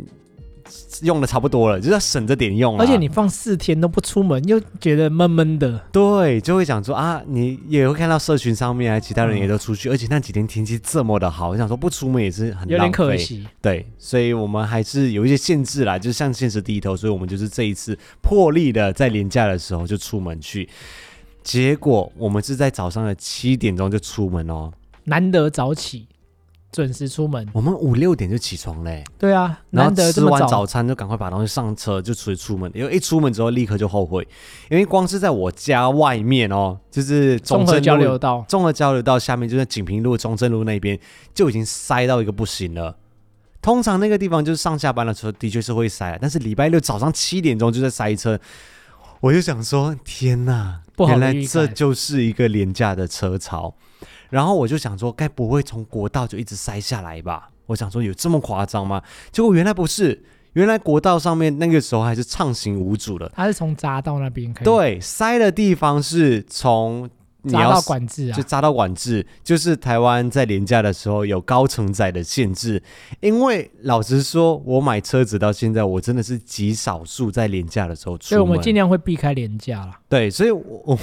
S1: 用的差不多了，就是要省着点用了。啊
S2: 而且你放四天都不出门，又觉得闷闷的。
S1: 对，就会想说啊，你也会看到社群上面啊，其他人也
S2: 嗯
S1: 都出去，而且那几天天气这么的好，我想说不出门也是很
S2: 有
S1: 浪
S2: 点
S1: 费
S2: 可。惜，
S1: 对，所以我们还是有一些限制啦，就是向现实低头，所以我们就是这一次破例的在廉价的时候就出门去。结果我们是在早上的七点钟就出门哦，
S2: 难得早起，准时出门。
S1: 我们五六点就起床嘞、
S2: 对啊，
S1: 然
S2: 难
S1: 后
S2: 得
S1: 吃
S2: 这么
S1: 完
S2: 早。
S1: 早餐就赶快把东西上车，就出去出门。因为一出门之后立刻就后悔，因为光是在我家外面哦，就是中
S2: 综合
S1: 正
S2: 交
S1: 路
S2: 流道，
S1: 综合交流道下面，就在锦屏路、中正路那边就已经塞到一个不行了。通常那个地方就是上下班的时候的确是会塞，但是礼拜六早上七点钟就在塞车，我就想说，天呐，
S2: 不好
S1: 原
S2: 的
S1: 来
S2: 预
S1: 这
S2: 感
S1: 就是一个廉价的车潮。然后我就想说，该不会从国道就一直塞下来吧？我想说有这么夸张吗？结果原来不是，原来国道上面那个时候还是畅行无阻的。
S2: 它是从匝道那边可以，，
S1: 对，塞的地方是从你
S2: 匝
S1: 要
S2: 道管制啊
S1: 就，匝道管制，就是台湾在廉价的时候有高承载的限制。因为老实说，我买车子到现在，我真的是极少数在廉价的时候出
S2: 所以
S1: 门。
S2: 我们尽量会避开廉价啦。
S1: 对，所以我我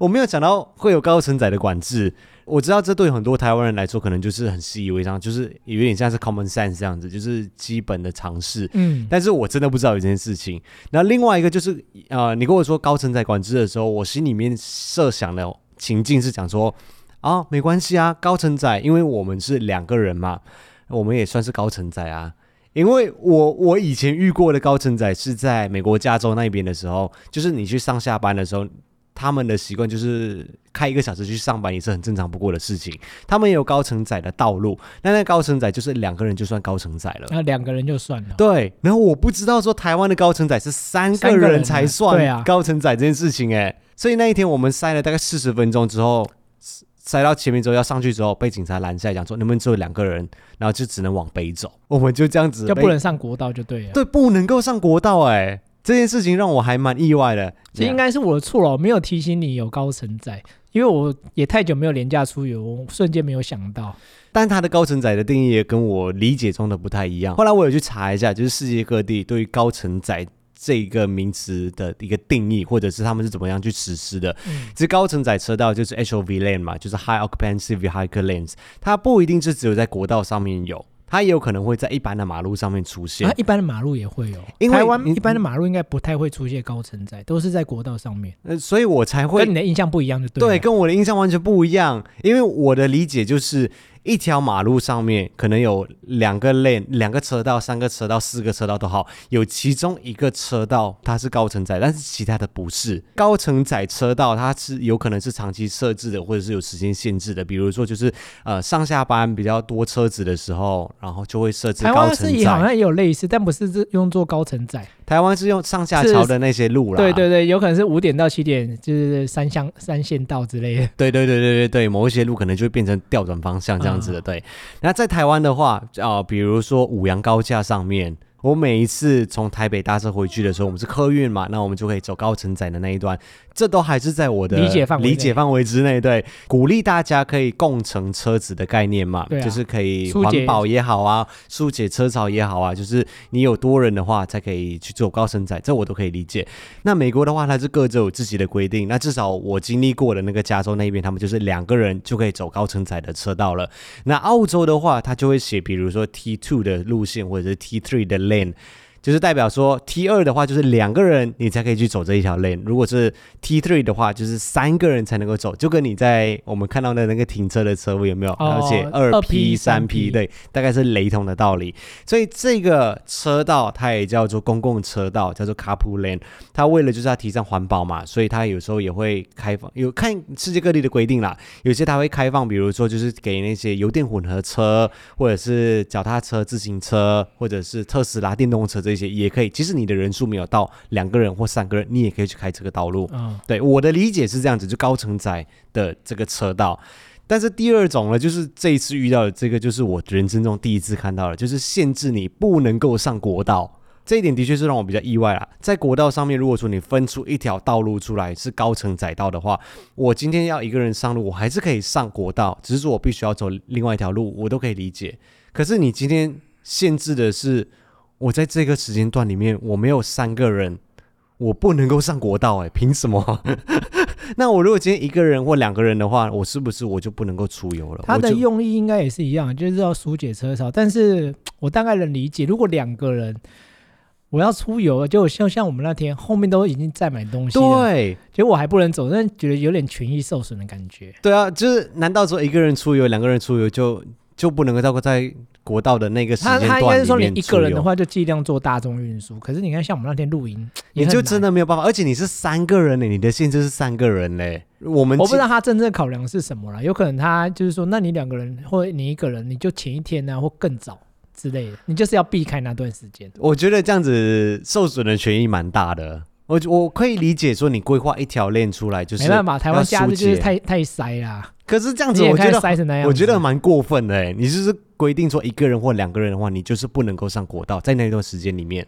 S1: 我没有想到会有高承载的管制。我知道这对很多台湾人来说，可能就是很习以为常，就是有点像是 common sense 这样子，就是基本的常识。
S2: 嗯，
S1: 但是我真的不知道有这件事情。那另外一个就是，呃，你跟我说高承载管制的时候，我心里面设想的情境是讲说，啊，没关系啊，高承载，因为我们是两个人嘛，我们也算是高承载啊。因为我我以前遇过的高承载是在美国加州那边的时候，就是你去上下班的时候，他们的习惯就是开一个小时去上班也是很正常不过的事情。他们也有高承载的道路，那那高承载就是两个人就算高承载了。
S2: 那两个人就算了。
S1: 对，然后我不知道说台湾的高承载是三
S2: 三
S1: 个
S2: 个人
S1: 人
S2: 啊
S1: 才算
S2: 对啊
S1: 高承载这件事情哎、所以那一天我们塞了大概四十分钟之后，塞塞到前面之后要上去之后被警察拦下来讲说你们只有两个人，然后就只能往北走，我们就这样子
S2: 就
S1: 被
S2: 不能上国道就对了，
S1: 对不能够上国道哎、这件事情让我还蛮意外的，
S2: 这应该是我的错了，我没有提醒你有高承载，因为我也太久没有廉价出游，我瞬间没有想到。
S1: 但它的高承载的定义也跟我理解中的不太一样。后来我有去查一下，就是世界各地对于高承载这个名词的一个定义，或者是他们是怎么样去实施的。
S2: 嗯
S1: 其实高承载车道就是 HOV lane 嘛，就是 High Occupancy Vehicle Lanes，它不一定是只有在国道上面有，它也有可能会在一般的马路上面出现。
S2: 啊，一般的马路也会有，
S1: 因为
S2: 台湾
S1: 你
S2: 一般的马路应该不太会出现高承载，都是在国道上面，
S1: 呃所以我才会
S2: 跟你的印象不一样就
S1: 对，
S2: 对啊了。
S1: 跟我的印象完全不一样，因为我的理解就是一条马路上面可能有两个 lane、两个车道、三个车道、四个车道都好，有其中一个车道它是高承载，但是其他的不是。高承载车道它是有可能是长期设置的，或者是有时间限制的，比如说就是呃上下班比较多车子的时候，然后就会设置
S2: 台
S1: 高
S2: 湾
S1: 承
S2: 是也好
S1: 载。
S2: 像也有类似，但不是这用作高承载。
S1: 台湾是用上下
S2: 是
S1: 桥的那些路啦，
S2: 对对对，有可能是五点到七点，就是三乡三线道之类的。
S1: 对对对对对对，某一些路可能就会变成调转方向这样
S2: 嗯
S1: 子的。对，那在台湾的话，啊、比如说五羊高架上面，我每一次从台北搭车回去的时候，我们是客运嘛，那我们就可以走高承载的那一段，这都还是在我的
S2: 理解范围内
S1: 理解范围之内。对，鼓励大家可以共乘车子的概念嘛，
S2: 对啊
S1: 就是可以
S2: 疏解
S1: 环保也好啊，疏解车潮也好啊，就是你有多人的话才可以去做高承载，这我都可以理解。那美国的话，它是各州有自己的规定。那至少我经历过的那个加州那边，他们就是两个人就可以走高承载的车道了。那澳洲的话，它就会写，比如说 T two 的路线或者是 T three 的 lane。就是代表说 T 二的话，就是两个人你才可以去走这一条 lane；如果是 T three 的话，就是三个人才能够走。就跟你在我们看到的那个停车的车位有没有？
S2: 哦
S1: 而且二 P、
S2: 2P
S1: 三 P，
S2: 3P
S1: 对，大概是雷同的道理。所以这个车道它也叫做公共车道，叫做 carpool lane。它为了就是要提倡环保嘛，所以它有时候也会开放，有看世界各地的规定啦，有些它会开放，比如说就是给那些油电混合车，或者是脚踏车、自行车，或者是特斯拉电动车这些也可以。即使你的人数没有到两个人或三个人，你也可以去开这个道路。
S2: 嗯，
S1: 对我的理解是这样子，就高承载的这个车道。但是第二种呢，就是这一次遇到的这个，就是我人生中第一次看到的，就是限制你不能够上国道。这一点的确是让我比较意外啦。在国道上面，如果说你分出一条道路出来是高承载道的话，我今天要一个人上路，我还是可以上国道，只是说我必须要走另外一条路，我都可以理解。可是你今天限制的是，我在这个时间段里面，我没有三个人，我不能够上国道、欸，哎，凭什么？ 那我如果今天一个人或两个人的话，我是不是我就不能够出游了？
S2: 它
S1: 我
S2: 的
S1: 就
S2: 用意应该也是一样，就是要疏解车潮。但是我大概能理解，如果两个人我要出游，就像像我们那天后面都已经在买东西了，
S1: 对
S2: 结果我还不能走，那觉得有点权益受损的感觉。
S1: 对啊，就是难道说一个人出游，两个人出游就就不能够到在国道的那个时
S2: 他
S1: 间
S2: 他
S1: 段
S2: 应该是
S1: 里
S2: 说你
S1: 面
S2: 一个人
S1: 出
S2: 的
S1: 游，
S2: 话，就尽量做大众运输。可是你看，像我们那天露营，
S1: 你就真
S2: 的
S1: 的没有办法，而且你是三个人呢，你的限制是三个人嘞。我们
S2: 我不知
S1: 记
S2: 道他真正考量是什么了。有可能他就是说，那你两个人或你一个人，你就前一天啊呢、或更早之类的，你就是要避开那段时间。
S1: 我觉得这样子受损的权益蛮大的。我我可以理解说你规划一条链出来就是
S2: 没，办法，台湾假日就是
S1: 疏解
S2: 太太塞啦，
S1: 可是这样
S2: 你
S1: 子
S2: 也
S1: 我
S2: 开
S1: 觉
S2: 始
S1: 得
S2: 塞成那样子。
S1: 我觉得蛮过分的哎，你就是规定说一个人或两个人的话，你就是不能够上国道，在那段时间里 面。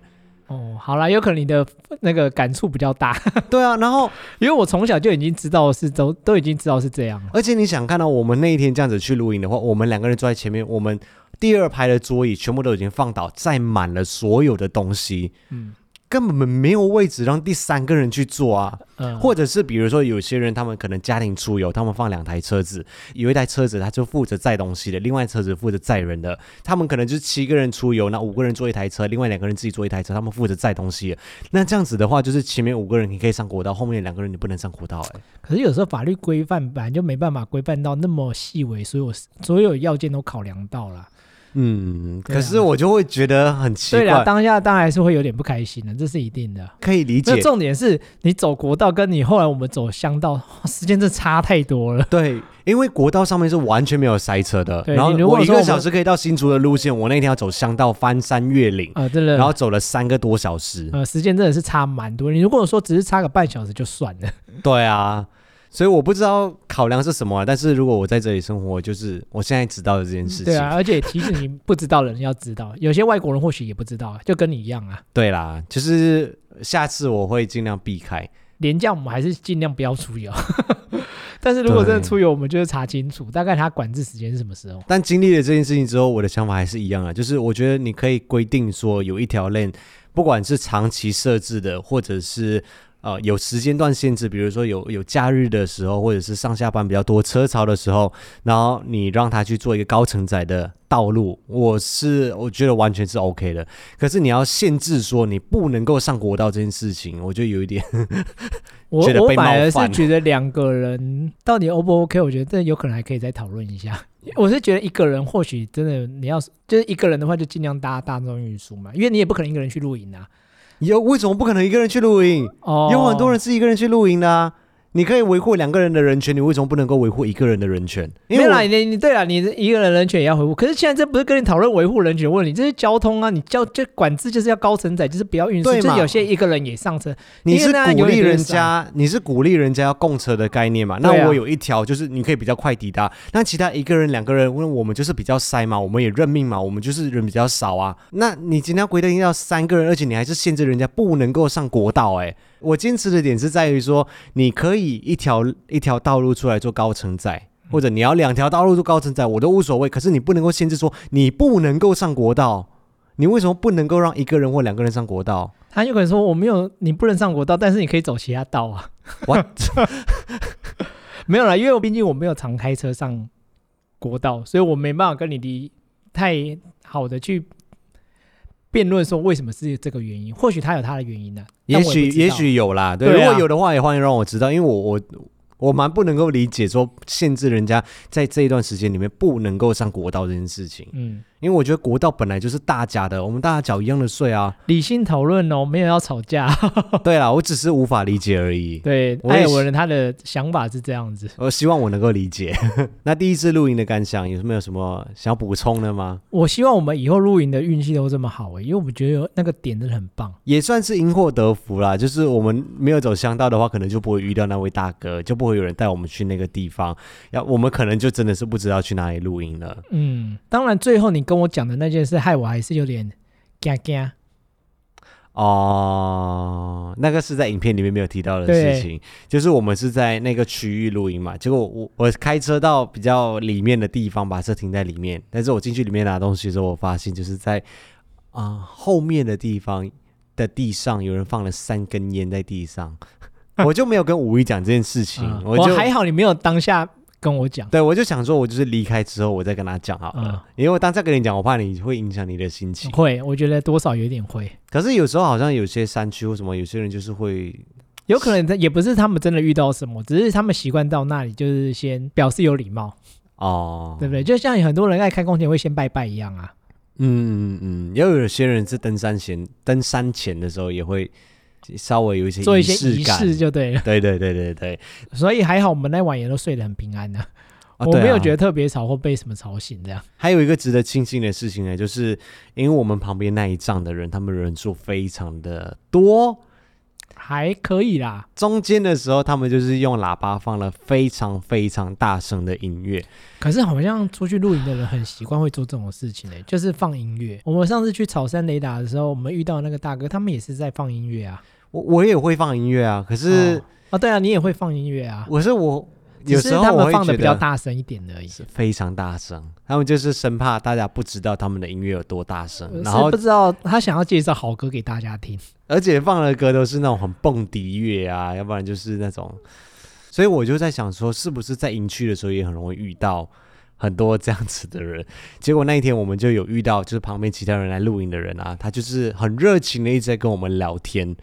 S2: 哦，好啦，有可能你的那个感触比较大，
S1: 对啊，然后
S2: 因为我从小就已经知道是都都已经知道是这样了。
S1: 而且你想看到我们那一天这样子去露营的话，我们两个人坐在前面，我们第二排的桌椅全部都已经放倒，载满了所有的东西，
S2: 嗯
S1: 根本没有位置让第三个人去坐啊。
S2: 嗯，
S1: 或者是比如说有些人他们可能家庭出游，他们放两台车子，有一台车子他就负责载东西的，另外车子负责载人的。他们可能就是七个人出游，那五个人坐一台车，另外两个人自己坐一台车，他们负责载东西的。那这样子的话，就是前面五个人你可以上国道，后面两个人你不能上国道、哎，
S2: 可是有时候法律规范本来就没办法规范到那么细微，所有所有要件都考量到了。
S1: 嗯，
S2: 对啊
S1: 可是我就会觉得很奇
S2: 对啦，啊
S1: 怪，
S2: 当下当然还是会有点不开心的，这是一定的。
S1: 可以理
S2: 那
S1: 解。
S2: 重点是你走国道跟你后来我们走乡道 哇时间真的差太 多了。
S1: 对，因为国道上面是完全没有塞车的，
S2: 对
S1: 然后
S2: 你如果
S1: 我一
S2: 说我
S1: 个
S2: 们
S1: 小时可以到新竹的路线，我那天要走乡道翻山越岭，
S2: 啊，真的。
S1: 然后走了三个多小时。
S2: 呃，时间真的是差蛮多。你如果说只是差个半小时就算了，
S1: 对啊，所以我不知道考量是什么啊、但是如果我在这里生活，就是我现在知道的这件事情。
S2: 对啊，而且提醒你不知道的人要 知道，有些外国人或许也不知道，就跟你一样啊。
S1: 对啦，就是下次我会尽量避开。
S2: 廉价我们还是尽量不要出游， 但是如果真的
S1: 对
S2: 出游，我们就是查清楚大概它管制时间是什么时候。
S1: 但经历了这件事情之后，我的想法还是一样啊，就是我觉得你可以规定说有一条 lane，不管是长期设置的，或者是呃有时间段限制，比如说有有假日的时候，或者是上下班比较多车潮的时候，然后你让他去做一个高承载的道路，我是我觉得完全是 OK 的。可是你要限制说你不能够上国道这件事情，我觉得有一点
S2: 我
S1: 觉得
S2: 我
S1: 被冒
S2: 反而是
S1: 犯
S2: 觉得两个人到底 O 不 OK，我觉得这有可能还可以再讨论一下。我是觉得一个人或许真的你要是就是一个人的话，就尽量搭大众运输嘛，因为你也不可能一个人去露营啊。
S1: 有为什么不可能一个人去露营？
S2: 哦，
S1: 有很多人是一个人去露营的、啊。你可以维护两个人的人权，你为什么不能够维护一个人的人权？因为
S2: 没有啦，
S1: 我
S2: 你你对啦，你一个人人权也要维护。可是现在这不是跟你讨论维护人权问题，这是交通啊，你交这管制就是要高承载，就是不要运输，
S1: 对
S2: 就是
S1: 嘛
S2: 有些一个人也上车，
S1: 你是
S2: 因为那
S1: 鼓
S2: 有
S1: 励
S2: 点
S1: 人
S2: 对
S1: 家，你是鼓励人家要共车的概念嘛？那
S2: 对啊
S1: 我有一条就是你可以比较快抵达，那其他一个人、两个人，那我们就是比较塞嘛，我们也认命嘛，我们就是人比较少啊。那你今天要规定要三个人，而且你还是限制人家不能够上国道、欸，我坚持的点是在于说，你可以一条一条道路出来做高承载。或者你要两条道路做高承载，我都无所谓。可是你不能够限制说你不能够上国道，你为什么不能够让一个人或两个人上国道？
S2: 他有可能说我没有，你不能上国道，但是你可以走其他道啊。
S1: What？
S2: 没有啦，因为我毕竟我没有常开车上国道，啊所以我没办法跟你离太好的去辩论说为什么是这个原因。或许他有他的原因呢、啊但
S1: 也
S2: 我也
S1: 许
S2: 不知道
S1: 也许有啦，对，
S2: 对啊
S1: 如果有的话也欢迎让我知道，因为我我我蛮不能够理解说限制人家在这一段时间里面不能够上国道这件事情，
S2: 嗯，
S1: 因为我觉得国道本来就是大家的，我们大家缴一样的税 啊。
S2: 理性讨论哦，没有要吵架。
S1: 对啊啦，我只是无法理解而已。
S2: 对，
S1: 我也
S2: 艾尔
S1: 是
S2: 文人他的想法是这样子。
S1: 我希望我能够理解。 那第一次露营的感想有没有什么想要补充的吗？
S2: 我希望我们以后露营的运气都这么好欸诶、因为我们觉得那个点真的很棒。
S1: 也算是因祸得福啦，就是我们没有走乡道的话，可能就不会遇到那位大哥，就不会有人带我们去那个地方，要我们可能就真的是不知道去哪里露营了。
S2: 嗯，当然最后你跟我讲的那件事，害我还是有点惊惊。
S1: 哦，那个是在影片里面没有提到的事情，就是我们是在那个区域露营嘛，结果我我开车到比较里面的地方，把车停在里面，但是我进去里面拿东西的时候，我发现就是在啊、后面的地方的地上有人放了三根烟在地上， 我就没有跟五一讲这件事情，
S2: 啊
S1: 我就
S2: 还好你没有当下跟我讲。嗯
S1: 对我就想说，我就是离开之后我再跟他讲好
S2: 啊
S1: 了，因为我当下跟你讲，我怕你会影响你的心情。
S2: 会，我觉得多少有点会，
S1: 可是有时候好像有些山区或什么，有些人就是会
S2: 有可能他也不是他们真的遇到什么，只是他们习惯到那里就是先表示有礼貌。
S1: 哦，
S2: 对不对？就像很多人在开工前会先拜拜一样啊。
S1: 嗯嗯嗯，也有有些人是登山前登山前的时候也会稍微有一些
S2: 做一些
S1: 式
S2: 仪
S1: 感，
S2: 式就对了。
S1: 对对对对对，
S2: 所以还好我们那晚也都睡得很平安呢、
S1: 啊
S2: 我
S1: 对
S2: 没有
S1: 啊
S2: 觉得特别吵或被什么吵醒这样。
S1: 还有一个值得庆幸的事情呢，就是因为我们旁边那一仗的人，他们人数非常的多，
S2: 还可以啦，
S1: 中间的时候他们就是用喇叭放了非常非常大声的音乐，
S2: 可是好像出去露营的人很习惯会做这种事情呢、就是放音乐。我们上次去草山雷达的时候，我们遇到那个大哥，他们也是在放音乐啊。
S1: 我我也会放音乐啊，可是
S2: 哦哦，对啊，你也会放音乐啊，
S1: 我是我有
S2: 只是
S1: 时候
S2: 他
S1: 我
S2: 们
S1: 会
S2: 放的
S1: 觉
S2: 比较
S1: 得
S2: 大声一点而已。
S1: 是非常大声，他们就是生怕大家不知道他们的音乐有多大声，
S2: 我
S1: 然
S2: 是
S1: 后
S2: 不知道他想要介绍好歌给大家听，
S1: 而且放的歌都是那种很蹦迪乐啊，要不然就是那种，所以我就在想说，是不是在营区的时候也很容易遇到很多这样子的人？ 结果那一天我们就有遇到，就是旁边其他人来露营的人啊，他就是很热情的一直在跟我们聊天。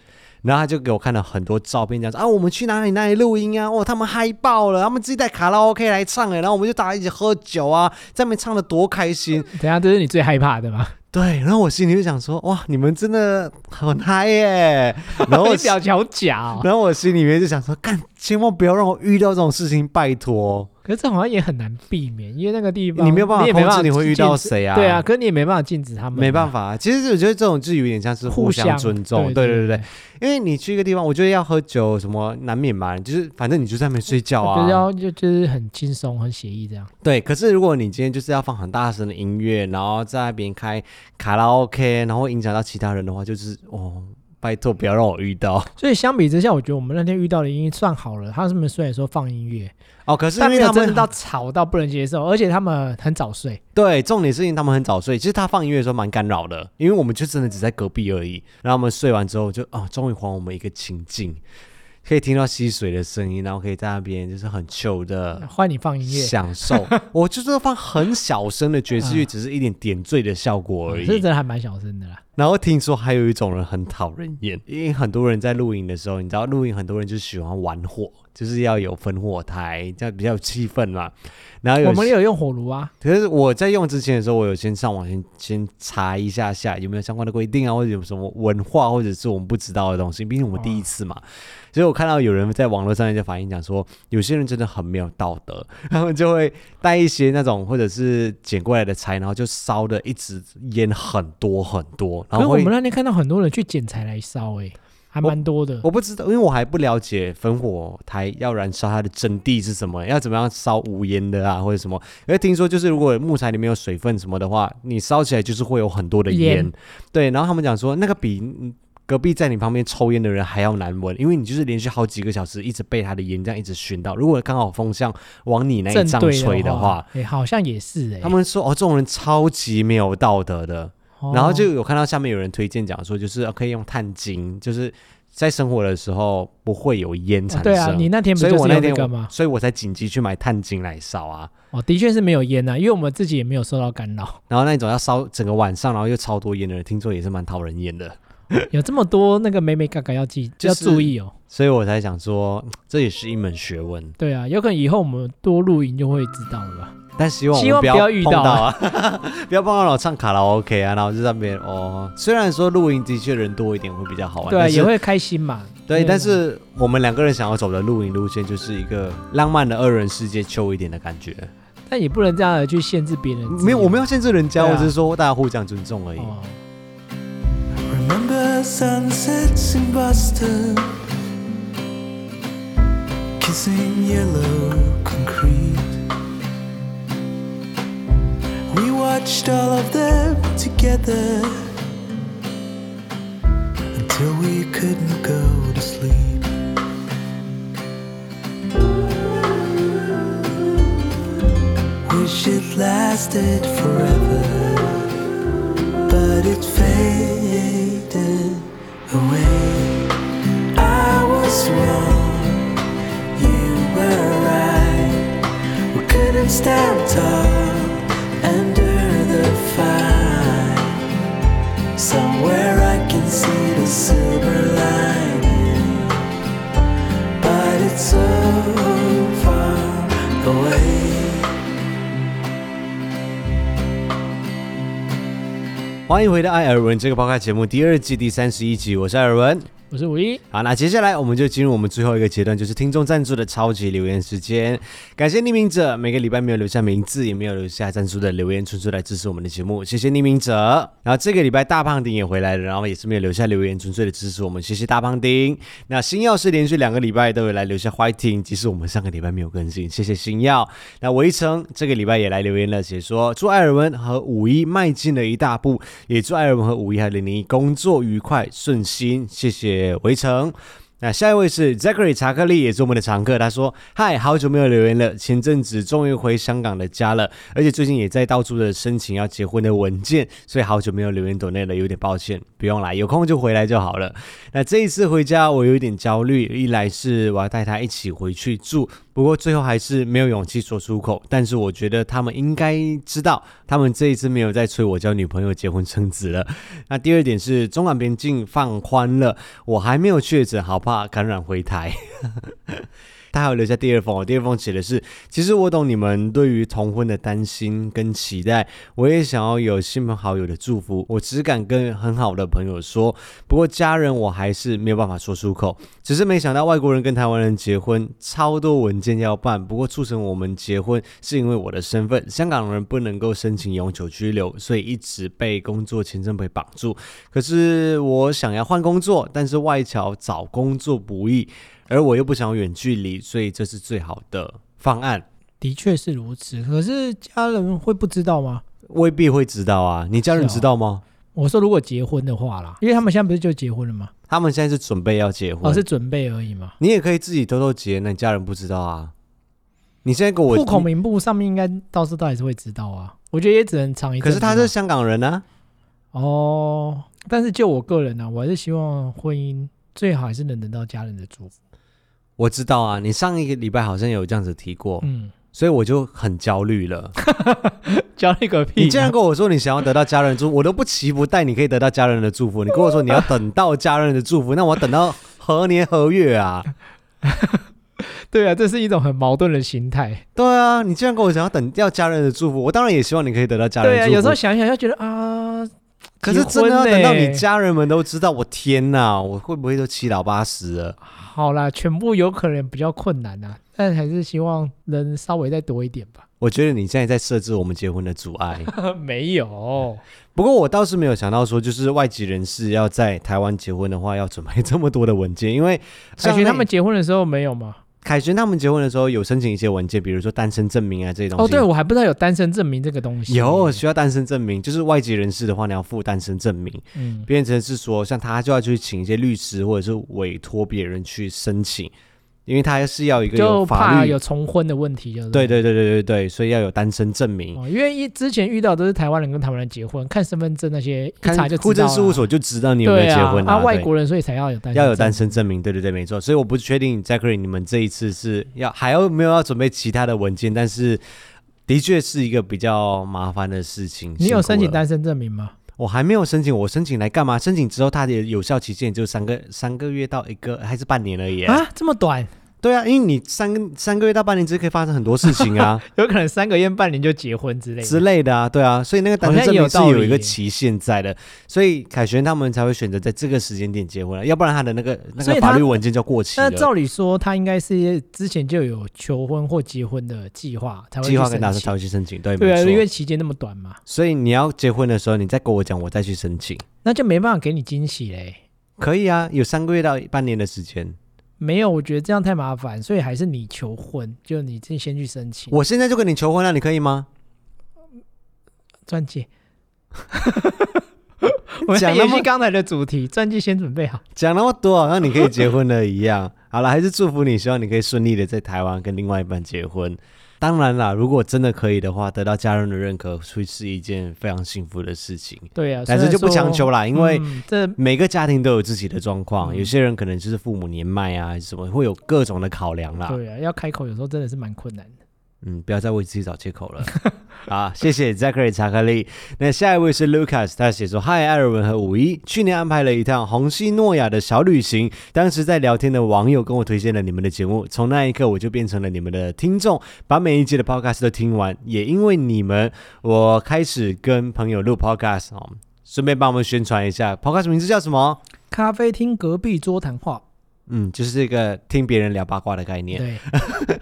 S1: 然后他就给我看了很多照片，这样子啊，我们去哪里哪里录音啊，哦，他们嗨爆了，他们自己带卡拉 OK 来唱哎，然后我们就大家一起喝酒啊，在那边唱的多开心，
S2: 等下这是你最害怕的吗？
S1: 对，然后我心里就想说，哇，你们真的很嗨耶！然后我
S2: 你表情好假哦。
S1: 然后我心里面就想说，干，千万不要让我遇到这种事情，拜托，
S2: 可是这好像也很难避免，因为那个地方
S1: 你没有办法
S2: 也
S1: 控制你
S2: 禁
S1: 会遇到谁啊？
S2: 对啊，，可是你也没办法禁止他们啊，
S1: 没办法、啊。其实我觉得这种就有点像是
S2: 互
S1: 相尊重，
S2: 对
S1: 对对
S2: 对
S1: 对，因为你去一个地方，我觉得要喝酒什么难免嘛，就是反正你就在那边睡觉
S2: 我觉
S1: 啊，
S2: 得要就就是很轻松、很写意这样。
S1: 对，可是如果你今天就是要放很大声的音乐，然后在那边开卡拉 OK，然后会影响到其他人的话，就是哦，拜托不要让我遇到
S2: 所以相比之下，我觉得我们那天遇到的音乐算好了。他们虽然说放音乐，
S1: 哦。可是因
S2: 但没
S1: 为
S2: 有
S1: 他
S2: 真的
S1: 们
S2: 到吵到不能接受，而且他们很早睡。
S1: 对，重点是因为他们很早睡，其实他放音乐的时候蛮干扰的，因为我们就真的只在隔壁而已。然后我们睡完之后就啊，终于还我们一个清静，可以听到溪水的声音，然后可以在那边就是很 chill 的
S2: 换你 放音乐，
S1: 享受。我就是放很小声的爵士乐，
S2: 啊
S1: 只是一点点缀的效果而
S2: 哦是真
S1: 已。
S2: 的还蛮小声的啦。
S1: 然后听说还有一种人很讨人厌，因为很多人在露营的时候，你知道露营很多人就喜欢玩火，就是要有烽火台，这样比较有气氛嘛。然后有
S2: 我们也有用火炉啊，
S1: 可是我在用之前的时候，我有先上网先先查一下下有没有相关的规定啊，或者有什么文化，或者是我们不知道的东西。毕竟我们第一次嘛，所以我看到有人在网络上面就反映讲说，有些人真的很没有道德， 他们就会带一些那种或者是捡过来的柴，然后就烧的一直烟很多很多，
S2: 可
S1: 然
S2: 是
S1: 后
S2: 我
S1: 会
S2: 们那天看到很多人去捡柴来烧，哎，还蛮多的。
S1: 我不知道，因为我还不了解烽火台要燃烧它的真谛是什么，要怎么样烧无烟的啊，或者什么。因为听说就是如果木材里面有水分什么的话，你烧起来就是会有很多的烟。
S2: 烟
S1: 对，然后他们讲说那个比嗯隔壁在你旁边抽烟的人还要难闻，因为你就是连续好几个小时一直被他的烟这样一直熏到。如果刚好风向往你那一
S2: 正
S1: 张
S2: 对
S1: 吹
S2: 的
S1: 的话，，
S2: 哎，好像也是哎。
S1: 他们说哦，这种人超级没有道德的。
S2: 哦
S1: 然后就有看到下面有人推荐讲说，就是呃可以用碳晶，就是在生火的时候不会有烟产
S2: 啊
S1: 生。
S2: 对啊，你那天不
S1: 所以
S2: 就是
S1: 我
S2: 有
S1: 那
S2: 那
S1: 天
S2: 个吗？
S1: 所以我才紧急去买碳晶来烧啊。
S2: 哦，的确是没有烟呐、因为我们自己也没有受到干扰。
S1: 然后那种要烧整个晚上，然后又超多烟的人，听说也是蛮讨人厌的。
S2: 有这么多那个美美嘎嘎要记、
S1: 就是
S2: 要注意哦。
S1: 所以我才想说，嗯这也是一门学问。
S2: 对啊，有可能以后我们多露营就会知道了吧？
S1: 但希望我
S2: 希
S1: 们
S2: 望
S1: 不
S2: 不要遇
S1: 碰
S2: 到
S1: 到啊， 不要碰到我唱卡拉 OK 啊，然后就在那边哦。虽然说露营的确人多一点会比较好玩，
S2: 对
S1: 哦
S2: 啊，
S1: 但是
S2: 也会开心嘛。
S1: 对，
S2: 啊
S1: 但是我们两个人想要走的露营路线就是一个浪漫的二人世界，秋一点的感觉。
S2: 但也不能这样的去限制别人自由。
S1: 嗯没有，我没有限制人家，
S2: 对
S1: 我
S2: 啊
S1: 只是说大家互相尊重而已。
S2: 哦。
S3: Remember sunsets in Boston, kissing yellow concrete. We watched all of them together until we couldn't go to sleep. Wish it lasted forever but it faded away. I was wrong, you were right. We couldn't stand tall under the fire. Somewhere I can see the silver lining, but it's so far away.
S1: 欢迎回到艾尔文这个 podcast 节目第二季第三十一集，我是艾尔文。
S2: 我是五一，
S1: 好，那接下来我们就进入我们最后一个阶段，就是听众赞助的超级留言时间。感谢匿名者，每个礼拜没有留下名字，也没有留下赞助的留言，纯粹来支持我们的节目，谢谢匿名者。然后这个礼拜大胖丁也回来了，然后也是没有留下留言，纯粹的支持我们，谢谢大胖丁。那星耀是连续两个礼拜都有来留下 fighting，即使我们上个礼拜没有更新，谢谢星耀。那围城这个礼拜也来留言了，写说祝艾尔文和五一迈进了一大步，也祝艾尔文和五一还有零零一工作愉快顺心，谢谢围城。那下一位是 Zachary 查克利，也是我们的常客。他说：“嗨，好久没有留言了，前阵子终于回香港的家了，而且最近也在到处的申请要结婚的文件，所以好久没有留言抖内了，有点抱歉。不用啦，有空就回来就好了。那这一次回家，我有一点焦虑，一来是我要带他一起回去住，不过最后还是没有勇气说出口。但是我觉得他们应该知道，他们这一次没有再催我交女朋友、结婚生子了。那第二点是中港边境放宽了，我还没有确诊，好怕感染回台。 他还有留下第二封哦，第二封写的是：其实我懂你们对于同婚的担心跟期待，我也想要有亲朋好友的祝福，我只敢跟很好的朋友说，不过家人我还是没有办法说出口。只是没想到外国人跟台湾人结婚，超多文件要办。不过促成我们结婚是因为我的身份，香港人不能够申请永久居留，所以一直被工作签证被绑住。可是我想要换工作，但是外侨找工作不易，而我又不想要远距离，所以这是最好的方案。
S2: 的确是如此。可是家人会不知道吗？
S1: 未必会知道啊，你家人
S2: 是哦
S1: 知道吗？
S2: 我说如果结婚的话啦，因为他们现在不是就结婚了吗？
S1: 他们现在是准备要结婚，
S2: 哦，是准备而已嘛。
S1: 你也可以自己偷偷结，那你家人不知道啊。你现在跟我
S2: 户口名簿上面应该到时候还是会知道啊。我觉得也只能尝一
S1: 可
S2: 阵
S1: 是
S2: 子吧。
S1: 他是香港人啊，
S2: 哦，但是就我个人呢、啊，我还是希望婚姻最好还是能得到家人的祝福。
S1: 我知道啊，你上一个礼拜好像有这样子提过，
S2: 嗯，啊
S1: 所以我就很焦虑 了。
S2: 交那个屁、
S1: 你竟然跟我说你想要得到家人的祝福，我都不期不待你可以得到家人的祝福，你跟我说你要等到家人的祝福，那我等到何年何月啊？
S2: 对啊，这是一种很矛盾的心态。
S1: 对啊，你竟然跟我讲要等要家人的祝福，我当然也希望你可以得到家人的祝
S2: 对啊，
S1: 福。
S2: 有时候想一想就觉得啊，欸
S1: 可是真的要
S2: 结婚
S1: 等
S2: 呢
S1: 到你家人们都知道，我天哪，我会不会都七老八十了？
S2: 好啦，全部有可能比较困难啊，但还是希望能稍微再多一点吧。
S1: 我觉得你现在在设置我们结婚的阻碍。
S2: 没有，
S1: 不过我倒是没有想到说，就是外籍人士要在台湾结婚的话，要准备这么多的文件，因为
S2: 凯
S1: 像
S2: 旋
S1: 那
S2: 他们结婚的时候没有吗？
S1: 凯旋他们结婚的时候有申请一些文件，比如说单身证明啊这些东西。
S2: 哦，对，我还不知道有单身证明这个东西。
S1: 有，需要单身证明，就是外籍人士的话，你要附单身证明，
S2: 嗯，
S1: 变成是说，像他就要去请一些律师，或者是委托别人去申请，因为他是要一个
S2: 就
S1: 法
S2: 怕
S1: 律，
S2: 有重婚的问题，就是
S1: 对对对对对对，所以要有单身证明。
S2: 哦，因为一之前遇到都是台湾人跟台湾人结婚，看身份证那些一
S1: 看
S2: 查就知道
S1: 户政事务
S2: 了
S1: 所就知道你有没
S2: 对
S1: 有结婚
S2: 啊，外
S1: 对
S2: 国人所以才要有单
S1: 要有单
S2: 身
S1: 身证明，对对对，没错。所以我不确定 Zachary 你们这一次是要还要没有要准备其他的文件，但是的确是一个比较麻烦的事情。
S2: 证。你有申
S1: 辛
S2: 请
S1: 苦了？
S2: 单身证明吗？
S1: 我还没有申请，我申请来干嘛？申请之后它的有效期限就三个三个月到一个还是半年而已。
S2: 啊，这么短，
S1: 对啊，因为你三个三个月到半年之间可以发生很多事情 啊
S2: 有可能三个月、半年就结婚之类的。
S1: 之类的啊，对啊，所以那个单身
S2: 好像
S1: 证
S2: 也有
S1: 明是
S2: 道理
S1: 有一个
S2: 耶
S1: 期限在的，所以凯旋他们才会选择在这个时间点结婚了，啊要不然他的那个那
S2: 所
S1: 个
S2: 以
S1: 法
S2: 他
S1: 律文件就过期了。
S2: 那照理说，他应该是之前就有求婚或结婚的计划才会去
S1: 计划跟打算
S2: 申
S1: 才
S2: 请
S1: 会去申请，对，
S2: 对啊，
S1: 没
S2: 因为
S1: 错。
S2: 期间那么短嘛，
S1: 所以你要结婚的时候，你再跟我讲，我再去申请，
S2: 那就没办法给你惊喜嘞。
S1: 可以啊，有三个月到半年的时间。
S2: 没有，我觉得这样太麻烦，所以还是你求婚，就你自己先去申请
S1: 我现在就跟你求婚了，你可以吗？
S2: 钻 戒。我
S1: 讲
S2: 们
S1: 那
S2: 延
S1: 么
S2: 续刚才的主题，钻戒先准备好。
S1: 讲那么多，好像你可以结婚了一 样。好了，还是祝福你，希望你可以顺利的在台湾跟另外一半结婚。当然啦，如果真的可以的话，得到家人的认可，会是一件非常幸福的事情。
S2: 对啊，
S1: 但是
S2: 虽然
S1: 就不强
S2: 说
S1: 求啦，因为
S2: 嗯这
S1: 每个家庭都有自己的状况，
S2: 嗯
S1: 有些人可能就是父母年迈啊，还是什么，会有各种的考量啦。
S2: 对啊，要开口有时候真的是蛮困难的。
S1: 嗯，不要再为自己找借口了。 好，谢谢 Zachary 查克力。那下一位是 Lucas，他写说：“Hi，艾尔文和五一，去年安排了一趟红西诺亚的小旅行。当时在聊天的网友跟我推荐了你们的节目，从那一刻我就变成了你们的听众，把每一集的 podcast 都听完。也因为你们，我开始跟朋友录 podcast 哦。”顺便帮我们宣传一下，Podcast 名字叫什么？
S2: 咖啡厅隔壁桌谈话，
S1: 嗯，就是这个听别人聊八卦的概念。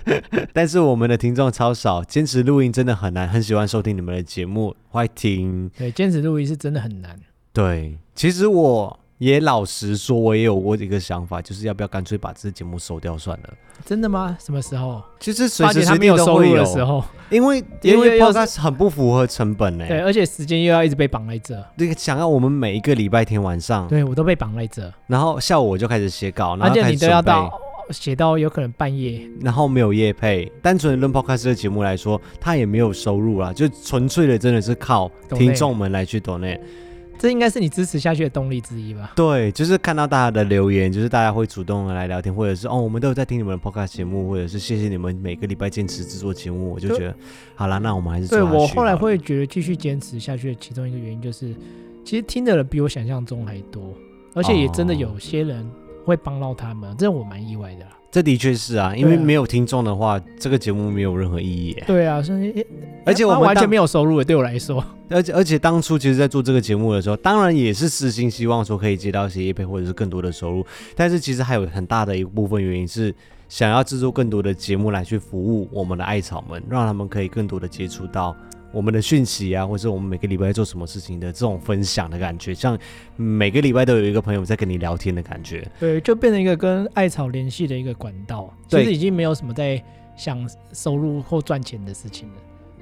S2: 对，
S1: 但是我们的听众超少，坚持录音真的很难，很喜欢收听你们的节目，欢迎听。
S2: 对，坚持录音是真的很难。
S1: 对，其实我也老实说，我也有过一个想法，就是要不要干脆把这节目收掉算了。
S2: 真的吗？什么时候？
S1: 就是随
S2: 发
S1: 时
S2: 觉他
S1: 随
S2: 没
S1: 地
S2: 有
S1: 都
S2: 收
S1: 会
S2: 入的
S1: 有，
S2: 时候，
S1: 因为
S2: 因为
S1: 因为
S2: 又是
S1: podcast 很不符合成本呢、
S2: 对，而且时间又要一直被绑在这，
S1: 那个想要我们每一个礼拜天晚上，
S2: 对我都被绑在这，
S1: 然后下午我就开始写稿，然
S2: 而
S1: 后
S2: 且
S1: 开
S2: 你
S1: 始
S2: 都
S1: 准
S2: 要
S1: 备，
S2: 到写到有可能半夜，
S1: 然后没有业配，单纯论 podcast 的节目来说，它也没有收入啦，就纯粹的真的是靠
S2: Donate
S1: 听众们来去 donate。
S2: 这应该是你支持下去的动力之一吧？
S1: 对，就是看到大家的留言，就是大家会主动的来聊天，或者是哦，我们都有在听你们的 podcast 节
S2: 嗯
S1: 目，或者是谢谢你们每个礼拜坚持制作节目，我就
S2: 对
S1: 觉得好啦，那我们还是做
S2: 对
S1: 下去
S2: 我后来
S1: 好了
S2: 会觉得继续坚持下去的其中一个原因就是，其实听的人比我想象中还多，而且也真的
S1: 哦
S2: 有些人会帮到他们，这我蛮意外的啦。
S1: 这的确是啊，因为
S2: 对啊
S1: 没有听众的话，这个节目没有任何意义耶。
S2: 对啊，所以诶
S1: 而且我们
S2: 完全
S1: 当
S2: 没有收入的，对我来说，
S1: 而且而且当初其实，在做这个节目的时候，当然也是私心希望说可以接到一些业配或者是更多的收入，但是其实还有很大的一部分原因是想要制作更多的节目来去服务我们的艾草们，让他们可以更多的接触到。我们的讯息啊，或者我们每个礼拜做什么事情的这种分享的感觉，像每个礼拜都有一个朋友在跟你聊天的感觉。
S2: 对，就变成一个跟艾草联系的一个管道。其
S1: 对
S2: 实已经没有什么在想收入或赚钱的事情了，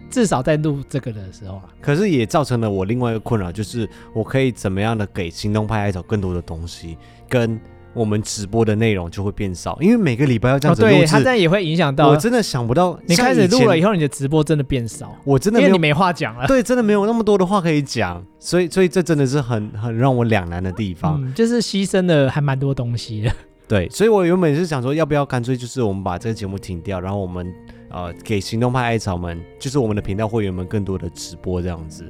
S2: 至少在录这个的时候啊，
S1: 可是也造成了我另外一个困扰，就是我可以怎么样的给行动派来找更多的东西，跟我们直播的内容就会变少，因为每个礼拜要这
S2: 哦，
S1: 样子录
S2: 对，它这
S1: 制，
S2: 样也会影响到
S1: 我真的想不到。
S2: 你开始
S1: 像以
S2: 录
S1: 前
S2: 了以，后，你的直播真的变少，
S1: 我真的
S2: 因
S1: 没
S2: 为你
S1: 有。
S2: 没话讲了。
S1: 对，真的没有那么多的话可以讲，所以所以这真的是很很让我两难的地方。
S2: 嗯，就是牺牲了还蛮多东西的。
S1: 对，所以我原本是想说，要不要干脆就是我们把这个节目停掉，然后我们呃给行动派艾草们，就是我们的频道会员们更多的直播这样子。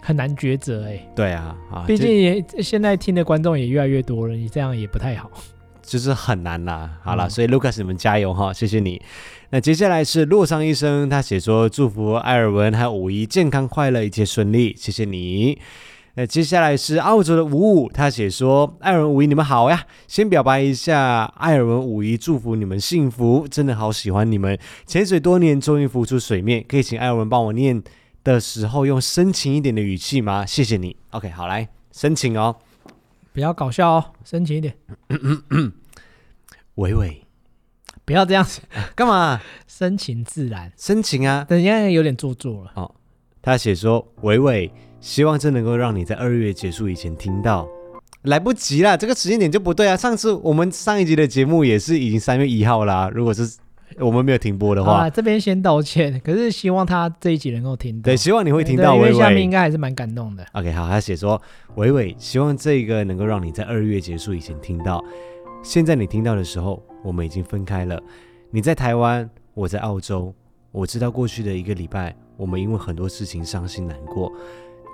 S2: 很难抉择哎、
S1: 对啊，啊，
S2: 毕
S1: 就
S2: 竟也现在听的观众也越来越多了，你这样也不太好。
S1: 就是很难啦。好啦，
S2: 嗯
S1: 所以 Lucas 你们加油哈，谢谢你。那接下来是洛桑医生，他写说祝福艾尔文还有五一健康快乐，一切顺利，谢谢你。那接下来是澳洲的五五，他写说：“艾尔文五一，你们好呀！先表白一下，艾尔文五一祝福你们幸福，真的好喜欢你们。潜水多年，终于浮出水面，可以请艾尔文帮我念的时候用深情一点的语气吗？谢谢你。OK，好来，深情哦。
S2: 比较搞笑哦，深情一点，
S1: 伟伟，
S2: 不要这样子，
S1: 干嘛？
S2: 深情自然。
S1: 深情啊！
S2: 等一下有点做作了，
S1: 他写说：“伟伟，希望这能够让你在二月结束以前听到。”来不及啦，这个时间点就不对啊！上次我们上一集的节目也是已经三月一号啦，如果是我们没有停播的
S2: 好
S1: 话
S2: 啦，，这边先道歉。 可是希望他这一集能够听到，
S1: 对，希望你会听到
S2: 对因
S1: 伟
S2: 为下面应
S1: 伟。
S2: 该还是蛮感动的。
S1: OK，好，他写说：“伟伟，希望这个能够让你在二月结束以前听到。现在你听到的时候，我们已经分开了，你在台湾，我在澳洲。我知道过去的一个礼拜，我们因为很多事情伤心难过，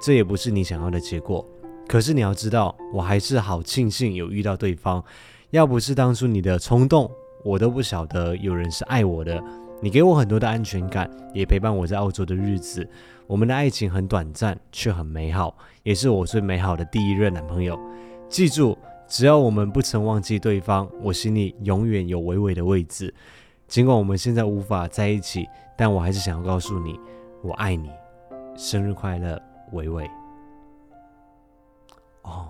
S1: 这也不是你想要的结果。可是你要知道，我还是好庆幸有遇到对方。要不是当初你的冲动，我都不晓得有人是爱我的。你给我很多的安全感，也陪伴我在澳洲的日子。我们的爱情很短暂，却很美好，也是我最美好的第一任男朋友。记住，只要我们不曾忘记对方，我心里永远有伟伟的位置。尽管我们现在无法在一起，但我还是想要告诉你，我爱你。生日快乐，伟伟。哦，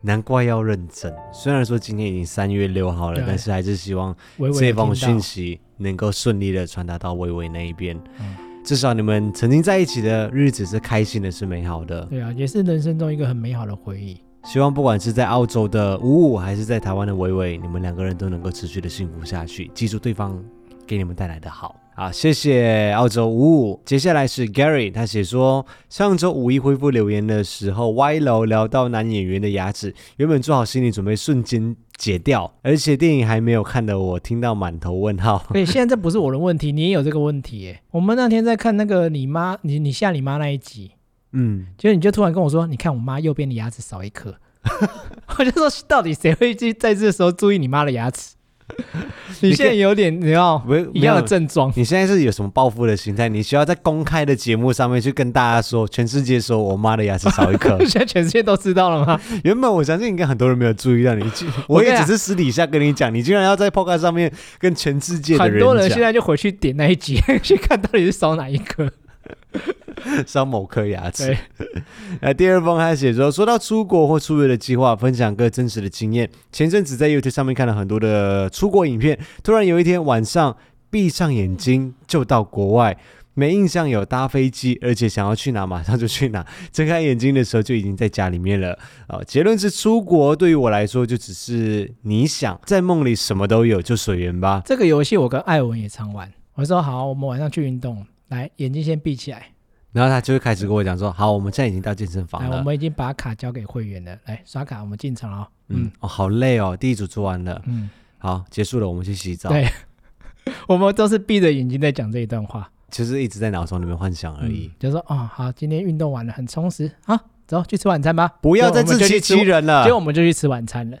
S1: 难怪要认真。虽然说今天已经三月六号了
S2: 对，
S1: 但是还是希望
S2: 微微地
S1: 这
S2: 听到
S1: 封讯息能够顺利的传达到微微那一边。
S2: 嗯
S1: 至少你们曾经在一起的日子是开心的，是美好的。
S2: 对啊，也是人生中一个很美好的回忆。
S1: 希望不管是在澳洲的五五，还是在台湾的伟伟，你们两个人都能够持续的幸福下去。记住对方给你们带来的好。好，谢谢澳洲五五。接下来是 Gary，他写说，上周五一恢复留言的时候，歪楼聊到男演员的牙齿，原本做好心理准备，瞬间解掉，而且电影还没有看的我，听到满头问号。
S2: 所以现在这不是我的问题，你也有这个问题耶。我们那天在看那个你妈，你你吓你妈那一集，
S1: 嗯，
S2: 结果你就突然跟我说，你看我妈右边的 牙齿少一颗，我就说到底谁会去在这时候注意你妈的牙齿？你现在有点你知道
S1: 没有
S2: 一样的
S1: 没有
S2: 症状，。
S1: 你现在是有什么报复的心态？你需要在公开的节目上面去跟大家说，全世界说我妈的牙齿少一颗
S2: 现在全世界都知道了吗？
S1: 原本我相信应该很多人没有注意到你，就
S2: 我
S1: 我
S2: 跟你
S1: 也
S2: 讲
S1: 只是私底下跟你讲，你竟然要在 podcast 上面跟全世界的
S2: 很多人
S1: 讲
S2: 现在就回去点那一集 去看到底是少哪一颗。
S1: 伤某颗牙齿
S2: 对。
S1: 那第二封他写说，说到出国或出游的计划，分享个真实的经验。前阵子在 YouTube 上面看了很多的出国影片，突然有一天晚上闭上眼睛就到国外。没印象有搭飞机，而且想要去哪马上就去哪。睁开眼睛的时候就已经在家里面了。啊、结论是出国对于我来说就只是你想在梦里什么都有，就随缘吧。
S2: 这个游戏我跟艾文也常玩，我说好，我们晚上去运动，来眼睛先闭起来，
S1: 然后他就会开始跟我讲说：“好，我们现在已经到健身房
S2: 来
S1: 了。
S2: 我们已经把卡交给会员了，来刷卡，我们进场了哦。
S1: 嗯
S2: 嗯，
S1: 哦，好累哦，第一组做完了，
S2: 嗯，
S1: 好，结束了，我们去洗澡。
S2: 对我们都是闭着眼睛在讲这一段话
S1: 其实一直在脑中里面幻想而已
S2: 嗯，就说哦好，今天运动完了，很充实啊，走去吃晚餐吧，
S1: 不要再
S2: 结果我
S1: 自
S2: 们就
S1: 欺
S2: 去吃
S1: 欺人了
S2: 结。果我们就去吃晚餐了。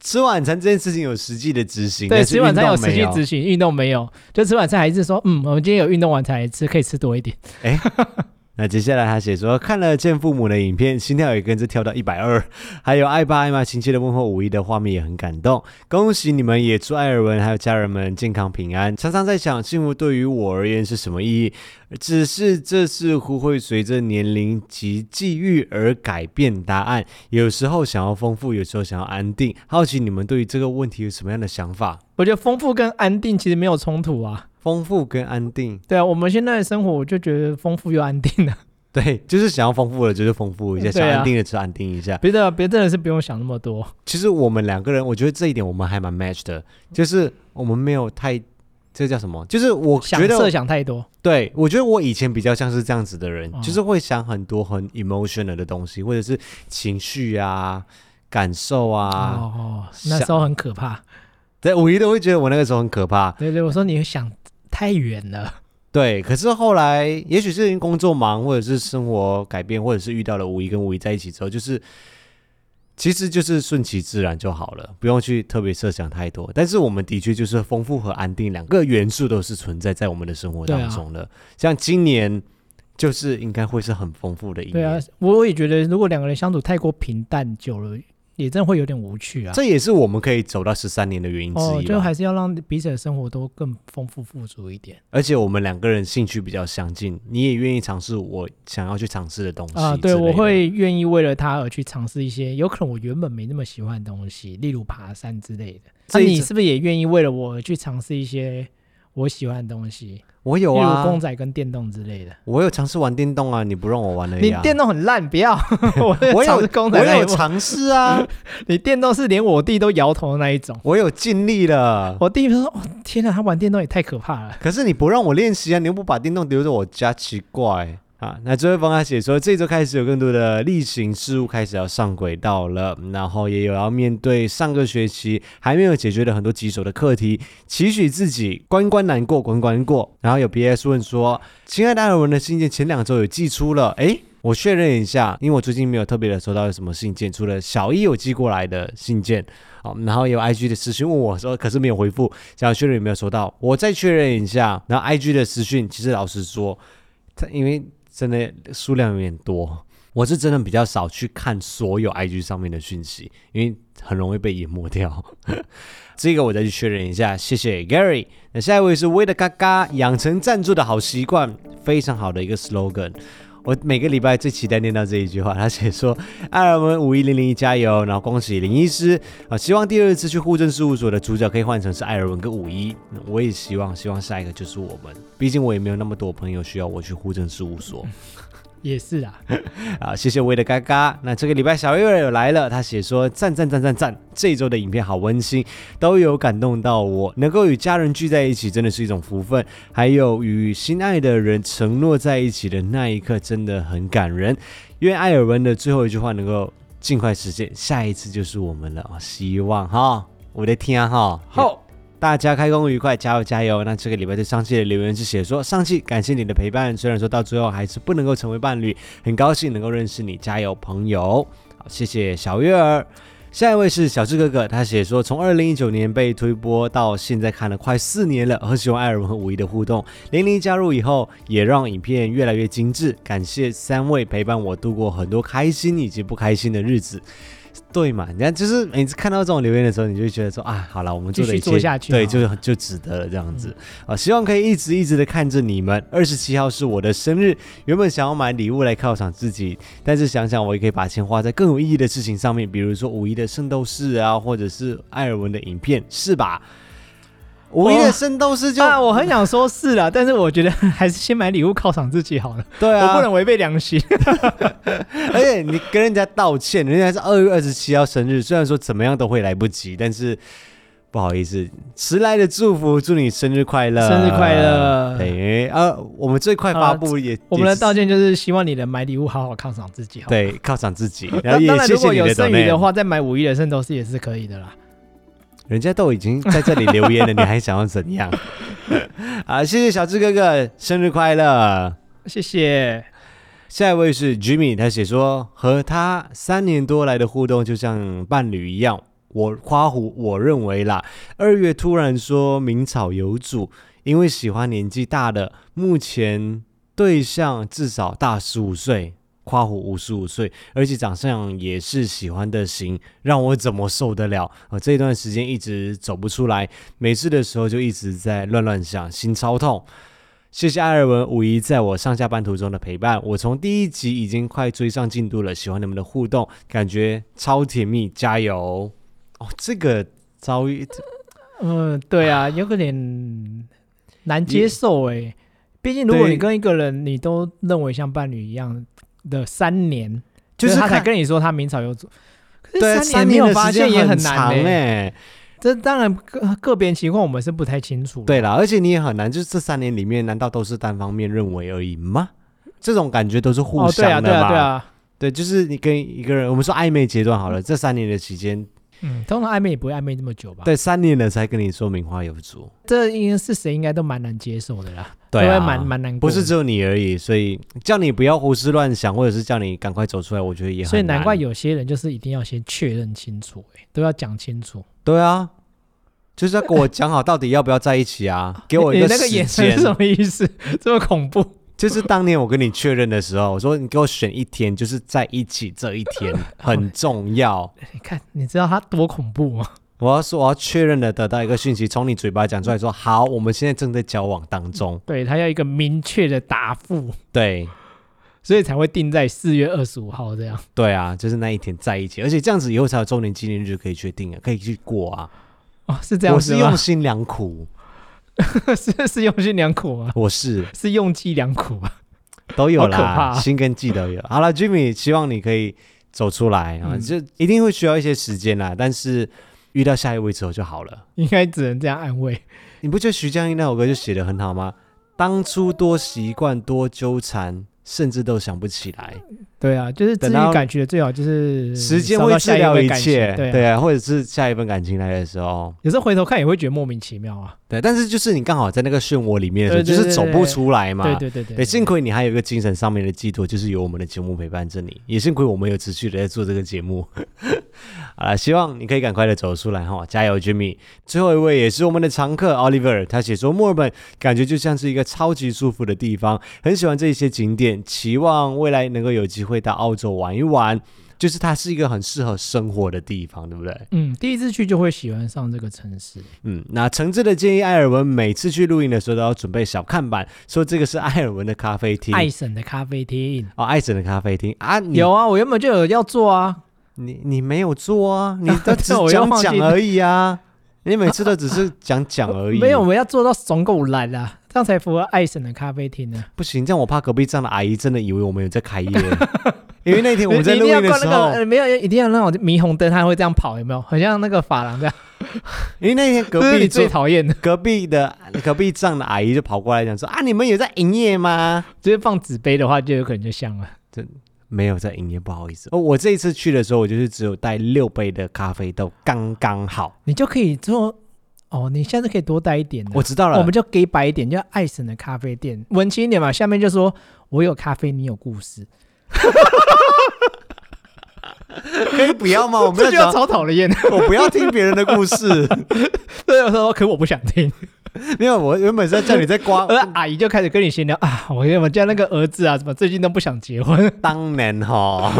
S1: 吃晚餐这件事情有实际的执行，
S2: 对，
S1: 但是
S2: 吃晚餐
S1: 运
S2: 有
S1: 动没
S2: 实际执行，运动没有。就吃晚餐还是说，嗯，我们今天有运动完才来吃，可以吃多一点。
S1: 那接下来他写说，看了见父母的影片，心跳也跟着跳到一百二，还有爱爸爱妈亲切的问候五一的画面也很感动。恭喜你们，也祝艾尔文还有家人们健康平安。常常在想，幸福对于我而言是什么意义？只是这似乎会随着年龄及际遇而改变答案。有时候想要丰富，有时候想要安定。好奇你们对于这个问题有什么样的想法？
S2: 我觉得丰富跟安定其实没有冲突啊。
S1: 丰富跟安定，
S2: 对啊，我们现在的生活我就觉得丰富又安 定了、
S1: 对，就是想要丰富的就是丰富一下，
S2: 嗯对
S1: 想
S2: 啊
S1: 安定的就安定一下。
S2: 别的别的真的是不用想那么多。
S1: 其实我们两个人，我觉得这一点我们还蛮 match 的，就是我们没有太这叫什么？就是我
S2: 想
S1: 觉
S2: 设
S1: 得，
S2: 想太多，
S1: 对我觉得我以前比较像是这样子的人，
S2: 哦
S1: 就是会想很多很 emotional 的东西，或者是情绪啊、感受啊。
S2: 哦，
S1: 想
S2: 那时候很可怕。
S1: 对，我一定会觉得我那个时候很可怕。
S2: 对对，我说你想太远了，
S1: 对，可是后来，也许是因为工作忙，或者是生活改变，或者是遇到了五一跟五一在一起之后，就是其实就是顺其自然就好了，不用去特别设想太多。但是我们的确就是丰富和安定两个元素都是存在在我们的生活
S2: 对
S1: 当
S2: 啊
S1: 中的。像今年就是应该会是很丰富的一年，
S2: 对啊，我也觉得如果两个人相处太过平淡久了，也真的会有点无趣啊。
S1: 这也是我们可以走到十三年的原因之
S2: 哦，
S1: 一
S2: 就
S1: 吧。
S2: 还是要让彼此的生活都更丰富富足一点
S1: 而且我们两个人兴趣比较相近，你也愿意尝试我想要去尝试的东西
S2: 啊、
S1: 之
S2: 对，
S1: 类
S2: 我
S1: 的
S2: 会愿意为了他而去尝试一些有可能我原本没那么喜欢的东西，例如爬山之类的。
S1: 这
S2: 那、
S1: 一
S2: 你
S1: 阵
S2: 是不是也愿意为了我而去尝试一些我喜欢的东西，
S1: 我有
S2: 例
S1: 啊，
S2: 如公仔跟电动之类的？
S1: 我有尝试玩电动啊，你不让我玩了
S2: 你
S1: 呀、
S2: 电动很烂，不要！我
S1: 我
S2: 尝
S1: 有
S2: 试公仔
S1: 我
S2: 那一
S1: 有
S2: 幕
S1: 尝试啊，
S2: 你电动是连我弟都摇头的那一种。
S1: 我有尽力了。
S2: 我弟就说：“哦，天哪，他玩电动也太可怕了。
S1: 可是你不让我练习啊，你又不把电动留在我家，奇怪。啊，那最后一封他写说，这周开始有更多的例行事务开始要上轨道了，然后也有要面对上个学期还没有解决的很多棘手的课题，期许自己关关难过关关过。然后有 BS 问说，亲爱的艾尔文的信件前两周有寄出了，诶，我确认一下，因为我最近没有特别的收到什么信件，除了小一有寄过来的信件，好、然后有 IG 的私讯问我说，可是没有回复，想要确认有没有收到，我再确认一下。然后 IG 的私讯，其实老实说，它因为真的数量有点多，我是真的比较少去看所有 IG 上面的讯息，因为很容易被淹没掉。 这个我再去确认一下，谢谢 Gary。那下一位是威的嘎嘎，养成赞助的好习惯，非常好的一个 slogan。我每个礼拜最期待念到这一句话，他写说：“艾尔文五一零零一加油！”然后恭喜林医师，啊，希望第二次去户政事务所的主角可以换成是艾尔文跟五一，嗯我也希望，希望下一个就是我们，毕竟我也没有那么多朋友需要我去户政事务所。”
S2: 也是 啊，
S1: 啊，谢谢威的嘎嘎。那这个礼拜小月儿有来了，他写说赞赞赞赞赞，这一周的影片好温馨，都有感动到我。能够与家人聚在一起，真的是一种福分，还有与心爱的人承诺在一起的那一刻，真的很感人。愿艾尔文的最后一句话能够尽快实现，下一次就是我们了啊！希望哈，我的天啊哈，
S2: 好，
S1: 大家开工愉快，加油加油！那这个礼拜对上期的留言是写说，上期感谢你的陪伴，虽然说到最后还是不能够成为伴侣，很高兴能够认识你，加油朋友！好，谢谢小月儿。下一位是小智哥哥，他写说从二零一九年被推播到现在看了快四年了，很喜欢艾尔文和五一的互动。玲玲加入以后，也让影片越来越精致。感谢三位陪伴我度过很多开心以及不开心的日子。对嘛？你看，就是每次看到这种留言的时候，你就会觉得说啊，好了，我们做的一
S2: 继续做
S1: 切，
S2: 下去啊嗯
S1: 对，
S2: 好
S1: 就是很就值得了这样子啊、希望可以一直一直的看着你们。二十七号是我的生日，原本想要买礼物来犒赏自己，但是想想我也可以把钱花在更有意义的事情上面，比如说五一的圣斗士啊，或者是艾尔文的影片，是吧？哦五一的圣斗士就、
S2: 啊，我很想说是啦，但是我觉得 还是先买礼物犒赏自己好了，
S1: 对啊，
S2: 我不能违背良 心。
S1: 而且哎你跟人家道歉，人家是二月二十七号生日，虽然说怎么样都会来不及，但是不好意思，迟来的祝福，祝你生日快乐，
S2: 生日快乐
S1: 对，呃，我们最快发布也，
S2: 我们的
S1: 也是
S2: 道歉就是希望你能买礼物好好犒赏自己好。，
S1: 对犒赏 自己，然
S2: 当
S1: 后也
S2: 然
S1: 谢
S2: 如
S1: 谢
S2: 果
S1: 你
S2: 有
S1: 的
S2: 剩余的
S1: donate，
S2: 话，再买五一的圣斗士也是可以的啦。
S1: 人家都已经在这里留言了，你还想要怎样？ 啊，谢谢小智哥哥，生日快乐！
S2: 谢谢。
S1: 下一位是 Jimmy，他写说和他三年多来的互动就像伴侣一样。我夸胡，我认为啦，二月突然说明朝有主，因为喜欢年纪大的，目前对象至少大十五岁，夸胡五十五岁，而且长相也是喜欢的型，让我怎么受得了？呃，这一段时间一直走不出来，没事的时候就一直在乱乱想，心超痛。谢谢艾尔文五一在我上下班途中的陪伴，我从第一集已经快追上进度了，喜欢你们的互动，感觉超甜蜜，加油！哦，这个遭 遇，
S2: 嗯，对啊，有个点难接受哎、毕竟如果
S1: 对
S2: 你跟一个人，你都认为像伴侣一样的三年，
S1: 就是
S2: 他才
S1: 看
S2: 跟你说他明朝有主，可
S1: 对啊
S2: 是
S1: 三
S2: 年没有
S1: 的
S2: 发
S1: 时间
S2: 现也
S1: 很
S2: 难
S1: 长
S2: 哎、
S1: 哎，
S2: 这当然个个别情况我们是不太清楚。，
S1: 对啦，而且你也很难，就是这三年里面，难道都是单方面认为而已吗？这种感觉都是互
S2: 哦，对啊，
S1: 相
S2: 对
S1: 的
S2: 啊，对
S1: 吧？
S2: 啊，
S1: 对，就是你跟一个人，我们说暧昧阶段好了，这三年的期间，
S2: 嗯，通常暧昧也不会暧昧这么久吧？，
S1: 对三年了才跟你说名花有主，
S2: 这应该是谁应该都蛮难接受的啦，
S1: 对啊，
S2: 都会蛮蛮难过
S1: 不
S2: 的，
S1: 是只有你而已，所以叫你不要胡思乱想，或者是叫你赶快走出来，我觉得也很
S2: 所以
S1: 难
S2: 难怪有些人就是一定要先确认清楚、欸，都要讲清楚。
S1: 对啊，就是要跟我讲好到底要不要在一起 啊，给我一
S2: 你
S1: 个
S2: 那个
S1: 时
S2: 眼神
S1: 间
S2: 是。什么意思？ 这么恐怖？
S1: 就是当年我跟你确认的时候，我说你给我选一天，就是在一起这一 天很重要。
S2: 你看，你知道他多恐怖吗？
S1: 我要说我要确认的得到一个讯息，从你嘴巴讲出来说好，我们现在正在交往当中。
S2: 对他要一个明确的答复，
S1: 对
S2: 所以才会定在四月二十五号这样。
S1: 对啊，就是那一天在一起，而且这样子以后才有周年纪念日可以确定啊，可以去过啊。
S2: 哦，是这样
S1: 我
S2: 子
S1: 是
S2: 吗
S1: 用？心良苦，
S2: 是是用心良苦吗？
S1: 我是。
S2: 是用计良苦啊！
S1: 都有
S2: 好可怕
S1: 啦，
S2: 啊
S1: 心跟技都有。好了，Jimmy，希望你可以走出来啊，
S2: 嗯
S1: 就一定会需要一些时间啦，但是遇到下一位之后就好了。
S2: 应该只能这样安慰。
S1: 你不觉得徐佳莹那首歌就写得很好吗？当初多习惯，多纠缠，甚至都想不起来。
S2: 对啊，就是治
S1: 等到
S2: 愈感觉最好就是
S1: 时间
S2: 找
S1: 会
S2: 嗯到
S1: 治
S2: 下
S1: 疗
S2: 一
S1: 一
S2: 份感情
S1: 切，
S2: 对啊，
S1: 对啊，或者是下一份感情来的时候，
S2: 有时候回头看也会觉得莫名其妙啊。
S1: 对。但是就是你刚好在那个漩涡里面的时候，
S2: 对对
S1: 就是走不出来嘛。
S2: 对对对对
S1: 对，幸亏你还有一个精神上面的寄托，就是有我们的节目陪伴着你，也幸亏我们有持续的在做这个节目。 好了，希望你可以赶快的走出来哈，加油，Jimmy！最后一位也是我们的常客 Oliver，他写说墨尔本感觉就像是一个超级舒服的地方，很喜欢这一些景点，期望未来能够有机会到澳洲玩一玩。就是它是一个很适合生活的地方，对不对？
S2: 嗯，第一次去就会喜欢上这个城市。
S1: 嗯，那诚挚的建议艾尔文每次去露营的时候都要准备小看板，说这个是艾尔文的咖啡厅。
S2: 爱神的咖啡厅
S1: 哦，爱神的咖啡厅啊，你
S2: 有啊，我原本就有要做啊。
S1: 你你没有做啊， 你都
S2: 对
S1: 只
S2: 我又
S1: 讲
S2: 忘记
S1: 讲
S2: 了
S1: 而已啊，你每次都只是讲讲而已，
S2: 没有，我们要做到爽够懒啦，啊这样才符合爱神的咖啡厅呢。
S1: 不行，这样我怕隔壁站的阿姨真的以为我们有在开 业，因为那 天我
S2: 你
S1: 们在
S2: 你
S1: 录
S2: 一定要
S1: 音的
S2: 挂
S1: 时
S2: 那个
S1: 候，
S2: 呃没有，一定要那种霓虹灯，它会这样跑，有没有？很像那个发廊这样。
S1: 因为那天隔
S2: 这是
S1: 壁
S2: 你啊最
S1: 桌
S2: 讨厌的，
S1: 隔壁的隔壁站的阿姨就跑过来讲说啊，你们有在营业吗？
S2: 就是放纸杯的话，就有可能就像了。
S1: 没有在营业，不好意思。哦，我这一次去的时候，我就是只有带六杯的咖啡豆，刚刚好。
S2: 你就可以做哦，你下次可以多带一点的。
S1: 我知道
S2: 我
S1: 了
S2: 们，就给白一点，就爱神的咖啡店，文青一点嘛。下面就说我有咖啡，你有故事。
S1: 可以不要吗？我们
S2: 这
S1: 要
S2: 就要
S1: 讲，
S2: 超讨人厌。
S1: 我不要听别人的故事。
S2: 对，我说可我不想 听。
S1: 没有，我原本是在叫你在刮
S2: 而阿姨就开始跟你闲聊啊，我跟我家那个儿子啊，怎么最近都不想结婚？
S1: 当年哈，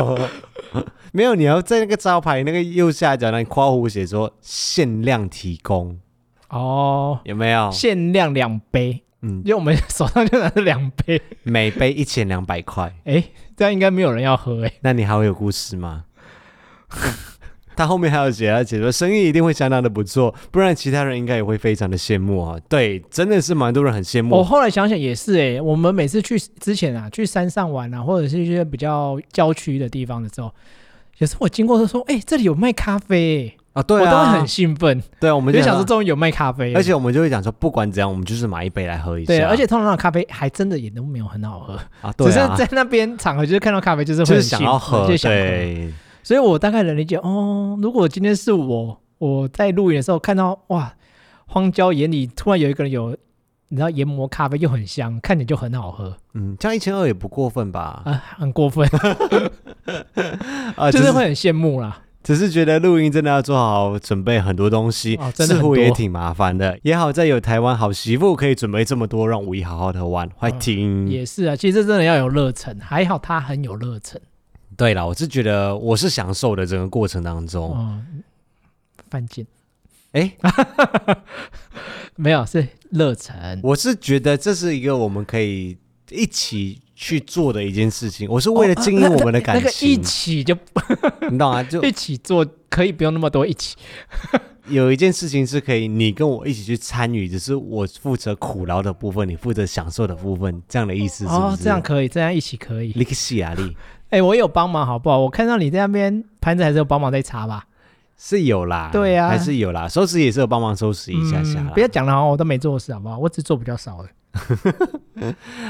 S1: 没有，你要在那个招牌那个右下角那里括弧写说限量提供，
S2: 哦，
S1: 有没有？
S2: 限量两杯，
S1: 嗯，
S2: 因为我们手上就拿着两 杯。
S1: 每杯一千两百块，
S2: 哎，这样应该没有人要喝哎。
S1: 那你还会有故事吗？ 他后面还有写，他写说生意一定会相当的不错，不然其他人应该也会非常的羡慕啊、对，真的是蛮多人很羡慕。
S2: 我后来想想也是哎，我们每次去之前啊，去山上玩啊，或者是一些比较郊区的地方的时候，有时候我经过都说，哎，这里有卖咖啡欸，
S1: 啊，对
S2: 我都会
S1: 啊
S2: 很，兴奋，
S1: 对啊，我
S2: 我
S1: 们
S2: 就
S1: 就
S2: 想说，终于有卖咖啡了，
S1: 而且我们就会讲说，不管怎样，我们就是买一杯来喝一下。
S2: 对，而且通常那咖啡还真的也都没有很好喝，
S1: 啊，对
S2: 只是
S1: 啊，
S2: 在那边场合就是看到咖啡就是会
S1: 就是
S2: 很
S1: 想
S2: 兴
S1: 要
S2: 奋
S1: 喝，
S2: 就想喝
S1: 对，
S2: 所以我大概能理解哦。如果今天是我我在露营的时候看到哇，荒郊野里突然有一个人有，你知道研磨咖啡又很香，看起来就很好喝
S1: 嗯，这样一千二也不过分吧？
S2: 啊，很过分，
S1: 啊，
S2: 就
S1: 只
S2: 是会很羡慕啦。
S1: 只是觉得录音真的要做好准备很多东西，
S2: 哦真的
S1: 似
S2: 很
S1: 乎
S2: 多
S1: 也挺麻烦的。也好在有台湾好媳妇可以准备这么多，让五一好好的玩。快听！
S2: 也是啊，其实这真的要有热忱，还好他很有热忱
S1: 对了，我是觉得我是享受的整个过程当中。
S2: 哦。犯贱
S1: 哎、
S2: 没有是热忱，
S1: 我是觉得这是一个我们可以一起去做的一件事情。我是为了经营我们的感
S2: 哦啊那个一
S1: 情，
S2: 起就
S1: 你懂吗？就
S2: 一起做，可以不用那么多一起。
S1: 有一件事情是可以你跟我一起去参与，只是我负责苦劳的部分，你负责享受的部分，这样的意思是不是？
S2: 哦，这样可以，这样一起可以。
S1: 利克西亚利
S2: 哎、我有帮忙好不好？我看到你在那边盘子还是有帮忙在擦吧，
S1: 是有啦，
S2: 对啊
S1: 还是有啦，收拾也是有帮忙收拾一下下
S2: 嗯
S1: 啦。
S2: 不要讲了哦，我都没做事好不好？我只做比较少的。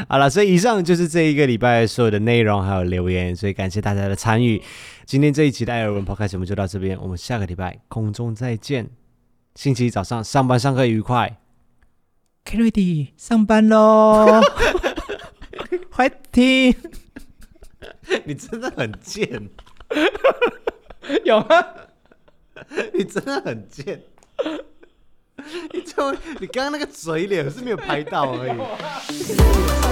S1: 好了，所以以上就是这一个礼拜所有的内容还有留言，所以感谢大家的参与。今天这一期的艾尔文 Podcast 节目就到这边，我们下个礼拜空中再见。星期一早上上班上课愉快，
S2: k r d 上 班 喽，快听，
S1: 你真的很贱，
S2: 有吗？
S1: 你真的很贱。你就你刚刚那个嘴脸是没有拍到而已。